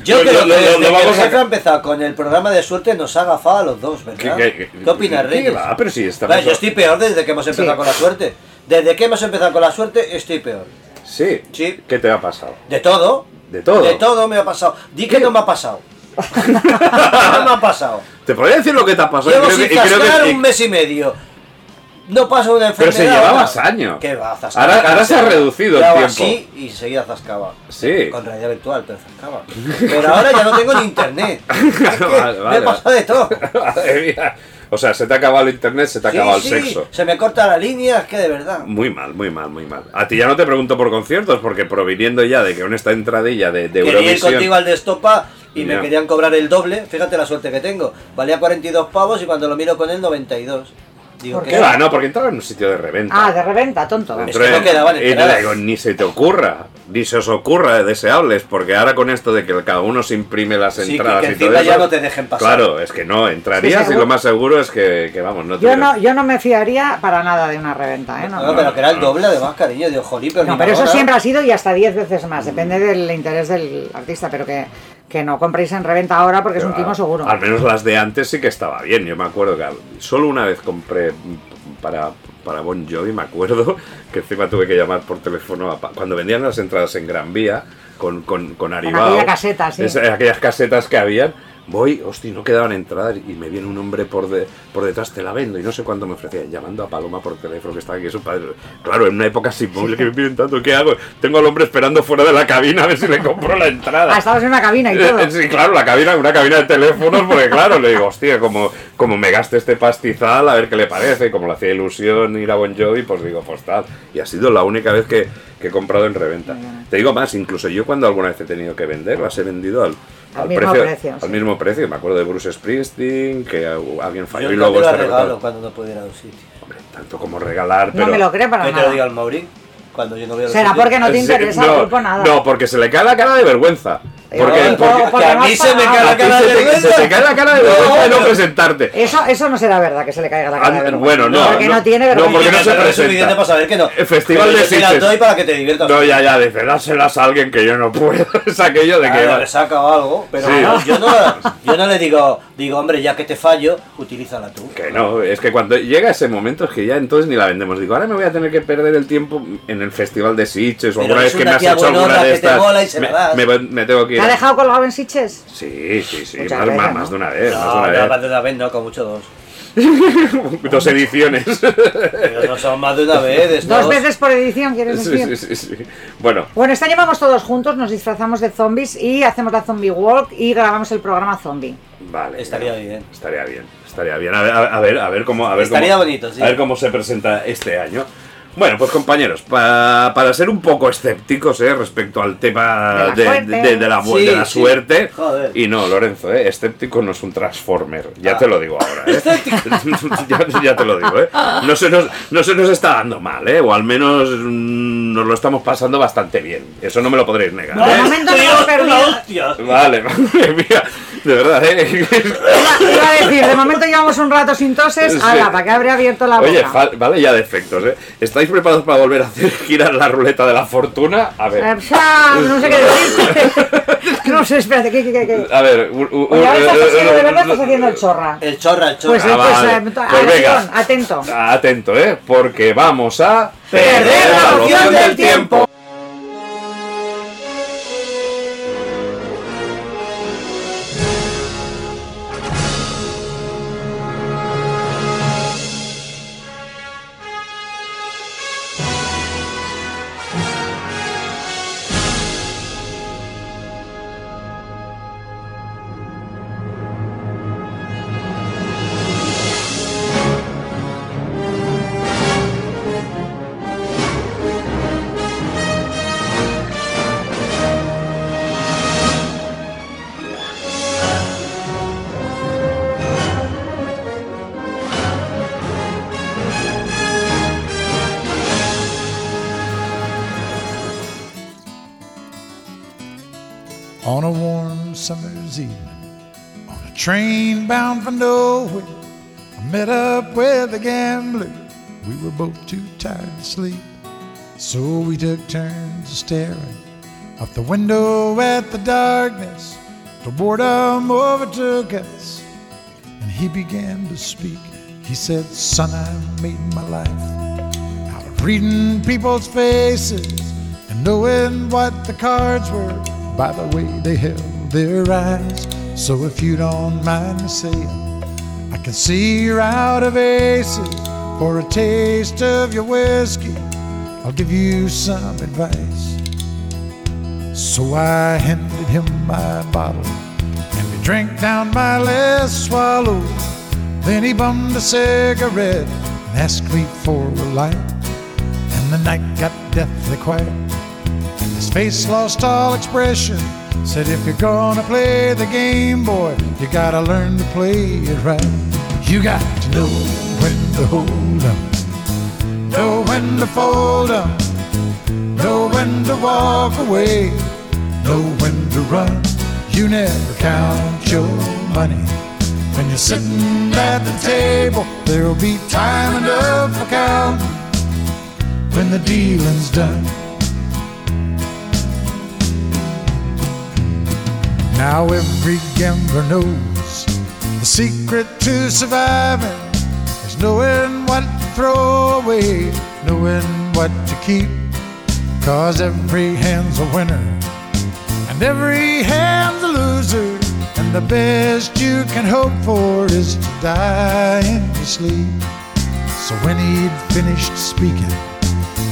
Speaker 2: lo- lo
Speaker 4: desde que
Speaker 2: vamos
Speaker 4: el
Speaker 2: a-
Speaker 4: jefe ha empezado con el programa de suerte nos ha agafado a los dos, ¿verdad?
Speaker 2: ¿Qué- qué- qué-
Speaker 4: opinas,
Speaker 2: qué
Speaker 4: Reyes?
Speaker 2: va? Pero sí, estamos-
Speaker 4: Vale, yo estoy peor desde que hemos empezado
Speaker 3: Sí.
Speaker 4: con la suerte. Desde que hemos empezado con la suerte, estoy peor.
Speaker 2: Sí.
Speaker 4: Sí.
Speaker 2: ¿Qué te ha pasado?
Speaker 4: De todo.
Speaker 2: De todo.
Speaker 4: De todo me ha pasado. Di que no me
Speaker 2: *laughs*
Speaker 4: ha pasado. *laughs* no me ha pasado.
Speaker 2: Te podría decir lo que te ha pasado.
Speaker 4: Llevo
Speaker 2: y creo
Speaker 4: sin
Speaker 2: que- y creo que-
Speaker 4: cascar
Speaker 2: y-
Speaker 4: un mes y medio. No pasa una
Speaker 2: Pero
Speaker 4: enfermedad.
Speaker 2: se llevaba años.
Speaker 4: Qué va,
Speaker 2: Ahora, ahora se ha reducido el tiempo.
Speaker 4: así y seguía zascaba.
Speaker 2: Sí.
Speaker 4: Con realidad virtual, pero zascaba. Pero ahora ya no tengo
Speaker 2: *laughs*
Speaker 4: ni internet. Es que
Speaker 2: Vale,
Speaker 4: Me
Speaker 2: vale.
Speaker 4: he pasado
Speaker 2: *laughs*
Speaker 4: de todo.
Speaker 2: Madre mía. O sea, se te ha acabado el internet, se te ha
Speaker 4: Sí,
Speaker 2: acabado
Speaker 4: sí,
Speaker 2: el sexo.
Speaker 4: Se me corta la línea, es que de verdad.
Speaker 2: Muy mal, muy mal, muy mal. A ti ya no te pregunto por conciertos, porque proviniendo ya de que una esta entradilla de, de
Speaker 4: Quería ir contigo
Speaker 2: Eurovisión.
Speaker 4: al de Estopa y
Speaker 2: Ya.
Speaker 4: me querían cobrar el doble. Fíjate la suerte que tengo. Valía 42 pavos y cuando lo miro con él, 92. Digo,
Speaker 3: ¿Por
Speaker 2: ¿Qué va? No, porque entraba en un sitio de reventa.
Speaker 3: Ah, de reventa, tonto.
Speaker 4: Es que no quedaban
Speaker 2: y te
Speaker 4: enteradas.
Speaker 2: digo, ni se te ocurra, ni se os ocurra de deseables, porque ahora con esto de que cada uno se imprime las
Speaker 4: Sí, que-
Speaker 2: entradas
Speaker 4: que
Speaker 2: y todo
Speaker 4: encima ya
Speaker 2: eso,
Speaker 4: no te dejen pasar.
Speaker 2: Claro, es que no, entrarías
Speaker 3: Sí, sí,
Speaker 2: y lo
Speaker 3: bueno.
Speaker 2: más seguro es que, que, vamos, no te
Speaker 3: Yo no, yo no me fiaría para nada de una reventa, ¿eh? No,
Speaker 4: No, no, pero que era el doble además, cariño. Digo, jolín, pero,
Speaker 3: No,
Speaker 4: ni
Speaker 3: pero eso
Speaker 4: ahora.
Speaker 3: siempre ha sido y hasta 10 veces
Speaker 2: Mm.
Speaker 3: más, depende del interés del artista, pero que, que no compréis en reventa ahora porque es un timo seguro.
Speaker 2: Al menos las de antes sí que estaba bien. Yo me acuerdo que al- solo una vez compré para, para Bon Jovi, me acuerdo, que encima tuve que llamar por teléfono a pa- cuando vendían las entradas en Gran Vía con, con, con Aribao.
Speaker 3: aquella caseta, sí.
Speaker 2: Esa- aquellas casetas que habían. Voy, hostia, no quedaban entradas y me viene un hombre por, de- por detrás, te la vendo y no sé cuánto me ofrecían, llamando a Paloma por teléfono que estaba aquí su padre. Claro, en una época sin móvil que me piden tanto, ¿qué hago? Tengo al hombre esperando fuera de la cabina a ver si le compro la entrada.
Speaker 3: Ah, estabas en una cabina y todo.
Speaker 2: Eh, eh, *laughs* Sí, claro, la cabina, una cabina de teléfonos, porque claro, le digo, hostia, como, como me gaste este pastizal, a ver qué le parece, y como le hacía ilusión ir a Bon Jovi, pues digo, pues tal. Y ha sido la única vez que, que he comprado en reventa. Te digo más, incluso yo cuando alguna vez he tenido que vender, las he vendido al,
Speaker 3: Al mismo precio,
Speaker 2: al
Speaker 3: sí.
Speaker 2: mismo precio. Me acuerdo de Bruce Springsteen, que uh, alguien
Speaker 4: Yo
Speaker 2: falló y
Speaker 4: no
Speaker 2: luego
Speaker 4: te lo
Speaker 2: se reventó.
Speaker 4: regalo cuando no puedo ir a un sitio.
Speaker 2: Hombre, tanto como regalar, pero...
Speaker 3: no me lo creo para
Speaker 4: Yo te lo digo
Speaker 3: nada.
Speaker 4: al Mauri cuando yo no veo los
Speaker 3: Será
Speaker 4: sitios.
Speaker 3: porque no te
Speaker 2: Sí,
Speaker 3: interesa
Speaker 2: no,
Speaker 3: el grupo nada.
Speaker 2: No, porque se le cae la cara de vergüenza.
Speaker 3: Eh,
Speaker 2: Porque,
Speaker 3: no,
Speaker 2: porque-
Speaker 4: que a
Speaker 3: no has
Speaker 4: mí se me
Speaker 3: pagado.
Speaker 4: cae la
Speaker 2: A ti
Speaker 4: cara
Speaker 2: se
Speaker 4: de
Speaker 2: te-
Speaker 4: vergüenza.
Speaker 2: Se te cae la cara de vergüenza de no
Speaker 4: pero-
Speaker 2: presentarte.
Speaker 3: Eso, eso no será verdad que se le caiga la cara.
Speaker 2: Ah,
Speaker 3: de vergüenza.
Speaker 2: bueno, no.
Speaker 3: Porque no, tiene
Speaker 2: no,
Speaker 3: vergüenza.
Speaker 2: porque no se
Speaker 4: Pero es
Speaker 2: presenta.
Speaker 4: suficiente para saber que no.
Speaker 2: El festival
Speaker 4: Pero
Speaker 2: de
Speaker 4: yo te la
Speaker 2: Sitges.
Speaker 4: doy para que te diviertas.
Speaker 2: No, ya, ya, dice, dáselas a alguien que yo no puedo. *laughs* Es aquello de que.
Speaker 4: Claro, le saca o algo, pero
Speaker 2: Sí.
Speaker 4: no, yo, no, yo no le digo, digo, hombre, ya que te fallo, utilízala tú.
Speaker 2: Que no, es que cuando llega ese momento es que ya entonces ni la vendemos. Digo, ahora me voy a tener que perder el tiempo en el festival de Sitges o
Speaker 4: Pero
Speaker 2: alguna vez
Speaker 4: es
Speaker 2: que me
Speaker 4: una
Speaker 2: has
Speaker 4: tía
Speaker 2: hecho alguna
Speaker 4: buenona
Speaker 2: de
Speaker 4: que te mola y
Speaker 2: estas.
Speaker 4: se la das.
Speaker 2: Me, me- me tengo que ir.
Speaker 3: ¿Te ha dejado colgado en Siches?
Speaker 2: Sí, sí, sí,
Speaker 3: Muchas
Speaker 2: más,
Speaker 3: veces,
Speaker 2: más,
Speaker 3: ¿no?
Speaker 2: más de una vez. más de
Speaker 4: No,
Speaker 2: una
Speaker 4: no,
Speaker 2: vez.
Speaker 4: más de una vez, no, con mucho dos.
Speaker 2: Dos ediciones. *laughs*
Speaker 4: Pero no son más de una vez,
Speaker 3: *laughs*
Speaker 4: es
Speaker 3: Dos veces por edición, quieres
Speaker 2: Sí,
Speaker 3: decir.
Speaker 2: sí, sí, sí. Bueno,
Speaker 3: Bueno, este año vamos todos juntos, nos disfrazamos de zombies y hacemos la zombie walk y grabamos el programa zombie.
Speaker 2: Vale.
Speaker 4: Estaría
Speaker 2: bueno,
Speaker 4: bien.
Speaker 2: Estaría bien. Estaría bien. A ver, a ver, a ver cómo. A ver
Speaker 4: Estaría
Speaker 2: cómo-
Speaker 4: bonito, sí.
Speaker 2: A ver cómo se presenta este año. Bueno, pues compañeros, pa- para ser un poco escépticos eh, respecto al tema
Speaker 3: De
Speaker 2: de,
Speaker 3: la
Speaker 2: de- de- de la, bu-
Speaker 4: Sí,
Speaker 2: de la
Speaker 4: sí.
Speaker 2: suerte,
Speaker 4: Joder.
Speaker 2: y no, Lorenzo, eh, escéptico no es un transformer, ya
Speaker 4: Ah.
Speaker 2: te lo digo ahora. eh. *laughs* ya, ya te lo digo, eh. no, se nos, no se nos está dando mal, eh, o al menos mm, nos lo estamos pasando bastante bien, eso no me lo podréis negar.
Speaker 3: No,
Speaker 2: eh.
Speaker 3: no me- momento hemos
Speaker 4: Hostia,
Speaker 3: perdido.
Speaker 4: la hostia.
Speaker 2: Vale, *laughs* madre mía, de verdad, ¿eh?
Speaker 3: Iba, iba a decir, de momento llevamos un rato sin toses,
Speaker 2: Sí.
Speaker 3: ala, para que habré abierto la boca.
Speaker 2: Oye, fal- vale ya defectos, ¿eh? ¿Estáis preparados para volver a hacer *laughs* girar la ruleta de la fortuna? A
Speaker 3: Eh,
Speaker 2: ver,
Speaker 3: ya, no sé qué decirte.
Speaker 2: *laughs*
Speaker 3: No sé, espérate, ¿qué, qué, qué? qué?
Speaker 2: a ver... un- un-
Speaker 3: Oye, ahora estás
Speaker 2: un-
Speaker 3: haciendo, de
Speaker 2: eh,
Speaker 3: verdad estás haciendo el chorra.
Speaker 4: El chorra, el chorra.
Speaker 3: Pues,
Speaker 2: Ah,
Speaker 3: eh, pues,
Speaker 2: vale.
Speaker 3: eh,
Speaker 2: Pues
Speaker 3: atención,
Speaker 2: venga.
Speaker 3: atento.
Speaker 2: Atento, ¿eh? Porque vamos a...
Speaker 4: Perder la noción del tiempo.
Speaker 6: on a warm summer's evening, on a train bound for nowhere. I met up with a gambler. We were both too tired to sleep, so we took turns staring out the window at the darkness. The boredom overtook us, and he began to speak. He said, "Son, I've made my life." out of reading people's faces and knowing what the cards were by the way they held their eyes. So if you don't mind me saying, I can see you're out of aces. for a taste of your whiskey, I'll give you some advice. So I handed him my bottle, and he drank down my last swallow. Then he bummed a cigarette and asked me for a light. And the night got deathly quiet, and his face lost all expression. Said, if you're gonna play the game, boy, you gotta learn to play it right. You got to know when to hold 'em, know when to fold 'em, know when to walk away, know when to run. You never count your money. When you're sitting at the table, there'll be time enough for counting when the dealing's done. Now every gambler knows the secret to surviving is knowing what to throw away, knowing what to keep. Cause every hand's a winner and every hand's a loser, and the best you can hope for is to die in your sleep. So when he'd finished speaking,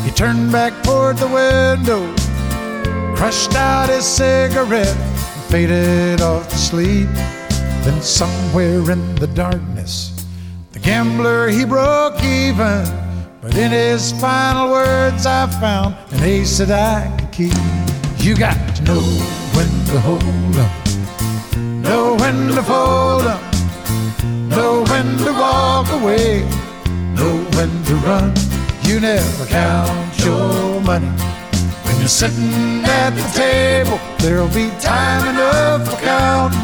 Speaker 6: he turned back toward the window, crushed out his cigarette, and faded off to sleep. Then somewhere in the darkness, the gambler he broke even. But in his final words, I found an ace that I could keep. You got to know when to hold 'em, know when to fold 'em, know when to walk away, know when to run. You never count your money. When you're sitting at the table, there'll be time enough for counting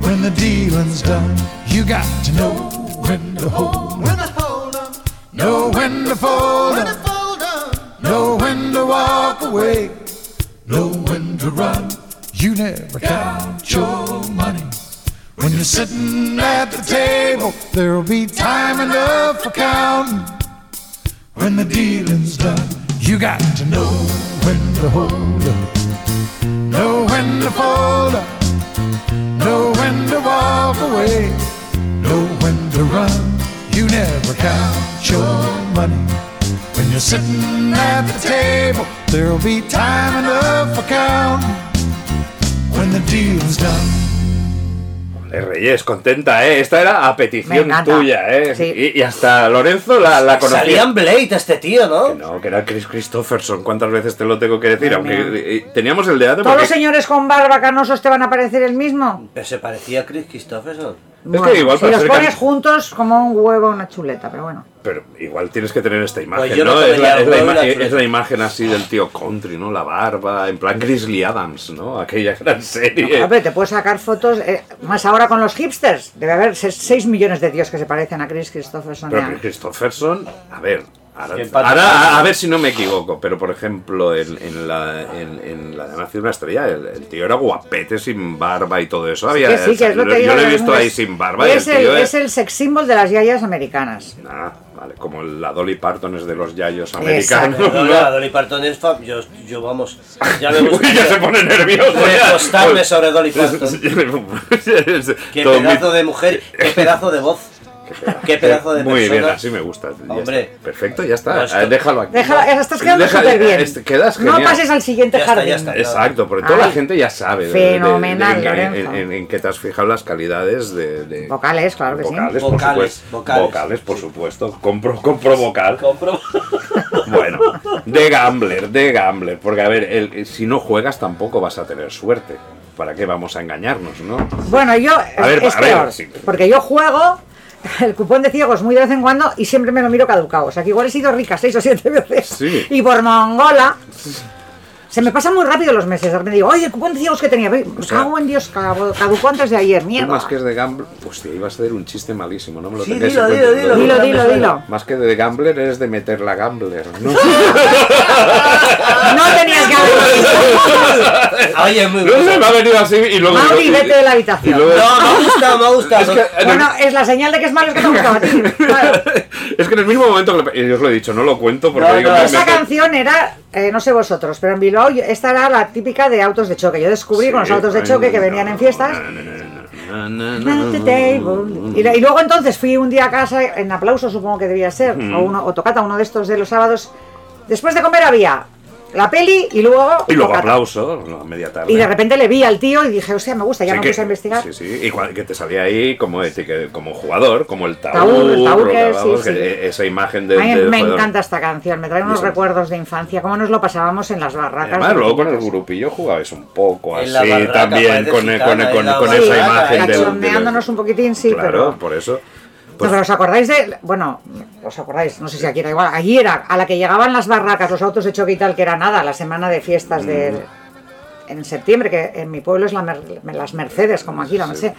Speaker 6: when the dealing's done. You got to know when to hold 'em, know when to fold 'em, know when to walk away, know when to run. You never count your money. When you're sitting at the table, there'll be time enough for counting when the dealing's done. You got to know when to hold 'em, know when to fold 'em. Know when to walk away, know when to run. You never count your money. When you're sitting at the table, there'll be time enough for counting when the deal's done.
Speaker 2: De Reyes, contenta, ¿eh? Esta era a petición
Speaker 3: Me encanta.
Speaker 2: tuya, ¿eh?
Speaker 3: Sí.
Speaker 2: Y, y hasta Lorenzo la, la conocía.
Speaker 4: Salía en Blade este tío,
Speaker 2: Que
Speaker 4: ¿no?
Speaker 2: no, que era Chris Christopherson. ¿Cuántas veces te lo tengo que decir?
Speaker 3: Madre mía.
Speaker 2: Aunque eh, teníamos el de antes
Speaker 3: ¿Todos
Speaker 2: porque-
Speaker 3: los señores con barba canosos te van a parecer el mismo?
Speaker 4: Pero se parecía a Chris Christopherson.
Speaker 2: que igual
Speaker 3: si
Speaker 2: para
Speaker 3: los
Speaker 2: ser
Speaker 3: pones
Speaker 2: can-
Speaker 3: juntos como un huevo una chuleta, pero bueno.
Speaker 2: Pero igual tienes que tener esta imagen,
Speaker 4: Pues yo no
Speaker 2: ¿no?
Speaker 4: te
Speaker 2: Es la,
Speaker 4: veía,
Speaker 2: es la
Speaker 4: no,
Speaker 2: ima-
Speaker 4: la
Speaker 2: es
Speaker 4: chuleta.
Speaker 2: la imagen así del tío country, ¿no? La barba, en plan Grizzly Adams, ¿no? Aquella gran serie.
Speaker 3: Hombre, te puedes sacar fotos, eh, más ahora con los hipsters. Debe haber 6 millones de tíos que se parecen a Chris Christopherson.
Speaker 2: Pero
Speaker 3: y
Speaker 2: Chris
Speaker 3: a-
Speaker 2: Christopherson, a ver. Ahora,
Speaker 4: Que empate.
Speaker 2: ahora, a, a ver si no me equivoco, pero por ejemplo, en, en la, en, en la Nación de una Estrella, el, el tío era guapete, sin barba y todo eso. Había,
Speaker 3: Que sí, que es lo
Speaker 2: yo-
Speaker 3: que digo
Speaker 2: yo lo he
Speaker 3: que
Speaker 2: visto
Speaker 3: es-
Speaker 2: ahí sin barba y
Speaker 3: Es
Speaker 2: el
Speaker 3: el,
Speaker 2: tío
Speaker 3: es el sex symbol de las yayas americanas.
Speaker 2: Ah, vale, como la Dolly Parton es de los yayos
Speaker 3: Exacto.
Speaker 2: americanos.
Speaker 4: No,
Speaker 2: ¿no?
Speaker 4: no, la Dolly Parton es fab. Yo, yo vamos. Ya
Speaker 2: *laughs*
Speaker 4: me
Speaker 2: Uy, ya se
Speaker 4: gustaría.
Speaker 2: pone nervioso. ya. Pues,
Speaker 4: Recostarme sobre Dolly Parton. Qué
Speaker 2: Todo
Speaker 4: pedazo
Speaker 2: muy- eh,
Speaker 4: de mujer, qué pedazo de voz. Qué pedazo de
Speaker 2: *laughs* Muy bien,
Speaker 4: persona.
Speaker 2: así me gusta. ya
Speaker 4: Hombre.
Speaker 2: está. Perfecto, ya está.
Speaker 4: No, esto-
Speaker 2: Ah, Déjalo aquí.
Speaker 3: Déjala, estás quedando
Speaker 2: Deja-
Speaker 3: súper bien.
Speaker 2: este, quedas
Speaker 3: no
Speaker 2: genial.
Speaker 3: pases al siguiente
Speaker 4: Ya está,
Speaker 3: jardín.
Speaker 4: ya está.
Speaker 2: Exacto, porque toda
Speaker 3: Ay,
Speaker 2: la gente ya sabe. de- de- de-
Speaker 3: fenomenal,
Speaker 2: en- en,
Speaker 3: Lorenzo.
Speaker 2: en- en qué te has fijado las calidades de. de-
Speaker 3: Vocales, claro que sí.
Speaker 2: vocales, por
Speaker 4: Vocales,
Speaker 2: supuesto.
Speaker 4: vocales.
Speaker 2: por supuesto. Compro, compro vocal.
Speaker 4: *laughs* Compro.
Speaker 2: Bueno, de gambler, de gambler. Porque, a ver, el- si no juegas tampoco vas a tener suerte. ¿Para qué vamos a engañarnos, no?
Speaker 3: Bueno, yo
Speaker 2: A ver,
Speaker 3: es
Speaker 2: a ver,
Speaker 3: peor,
Speaker 2: sí.
Speaker 3: porque yo juego el cupón de ciegos muy de vez en cuando y siempre me lo miro caducado. O sea, que igual he sido rica seis o siete *laughs* veces.
Speaker 2: Sí.
Speaker 3: Y por Mongola. Se me pasan muy rápido los meses. De repente digo, oye, el cupón de ciegos que tenía. Ve,
Speaker 2: sea,
Speaker 3: cago en Dios, cabo- caducó antes de ayer,
Speaker 2: Tú
Speaker 3: mierda.
Speaker 2: más que es de gambler. Pues te ibas a hacer un chiste malísimo, no me lo
Speaker 4: Sí,
Speaker 2: tengáis
Speaker 4: dilo,
Speaker 2: en cuenta.
Speaker 4: dilo,
Speaker 3: Dilo, dilo, dilo.
Speaker 2: Más que de gambler eres de meter la gambler,
Speaker 3: *laughs*
Speaker 2: ¿no?
Speaker 3: No tenías que
Speaker 2: *laughs*
Speaker 3: haberlo visto.
Speaker 4: Oye, muy
Speaker 2: No sé,
Speaker 4: bueno.
Speaker 2: me ha venido así y luego.
Speaker 3: Mauri,
Speaker 2: y-
Speaker 3: vete de la
Speaker 2: y
Speaker 3: habitación.
Speaker 2: luego-
Speaker 4: No, me ha gustado, me ha
Speaker 2: Es
Speaker 4: gustado.
Speaker 2: que, en el-
Speaker 3: Bueno, es la señal de que es malo es que te gustaba a ti.
Speaker 2: *laughs*
Speaker 3: Claro.
Speaker 2: es que en el mismo momento que le- yo os lo he dicho, no lo cuento porque
Speaker 4: No,
Speaker 2: digo,
Speaker 4: no,
Speaker 2: me-
Speaker 3: Esa
Speaker 2: me-
Speaker 3: canción era, eh, no sé vosotros, pero en Bilbao yo- esta era la típica de autos de choque. Yo descubrí
Speaker 2: Sí,
Speaker 3: con los autos de
Speaker 2: ay,
Speaker 3: choque que
Speaker 2: no,
Speaker 3: venían
Speaker 2: no,
Speaker 3: en fiestas
Speaker 2: no, no, no, no, no. Na, na, na,
Speaker 3: At
Speaker 2: na,
Speaker 3: the
Speaker 2: na,
Speaker 3: table. Y, la- y luego entonces fui un día a casa, en aplauso supongo que debía ser, o, uno, o tocata, uno de estos de los sábados. Después de comer había la peli y luego.
Speaker 2: Y luego
Speaker 3: tocata.
Speaker 2: aplauso, no, a media tarde.
Speaker 3: Y de repente le vi al tío y dije, hostia, me gusta, ya
Speaker 2: Sí
Speaker 3: me
Speaker 2: que-
Speaker 3: puse a investigar.
Speaker 2: Sí, sí, y cua- que te salía ahí como, eti- que- como jugador, como el taur,
Speaker 3: Taur, el taur
Speaker 2: o
Speaker 3: que-
Speaker 2: vamos,
Speaker 3: sí,
Speaker 2: que
Speaker 3: sí.
Speaker 2: e- esa imagen de.
Speaker 3: a mí
Speaker 2: del
Speaker 3: me
Speaker 2: jugador.
Speaker 3: encanta esta canción, me trae unos
Speaker 2: Sí, sí.
Speaker 3: recuerdos de infancia, cómo nos lo pasábamos en las barracas.
Speaker 2: Además,
Speaker 3: de
Speaker 2: luego con el
Speaker 3: pequeñitos.
Speaker 2: grupillo jugabais un poco
Speaker 4: En la
Speaker 2: así
Speaker 4: barraca,
Speaker 2: también,
Speaker 4: parece
Speaker 2: con,
Speaker 4: gitana,
Speaker 2: con-
Speaker 4: en
Speaker 2: con-
Speaker 4: la
Speaker 2: con
Speaker 4: barraca,
Speaker 2: esa imagen del-
Speaker 3: cachondeándonos
Speaker 2: del-
Speaker 3: un poquitín, sí,
Speaker 2: Claro,
Speaker 3: pero-
Speaker 2: por eso.
Speaker 3: No,
Speaker 2: Pues,
Speaker 3: pero ¿os acordáis de.? Bueno, ¿os acordáis? No sé si aquí era igual. Allí era a la que llegaban las barracas, los autos de choque y tal, que era nada, la semana de
Speaker 2: Mm.
Speaker 3: fiestas de. En septiembre, que en mi pueblo es la Mer- las Mercedes, como aquí, la Mercedes.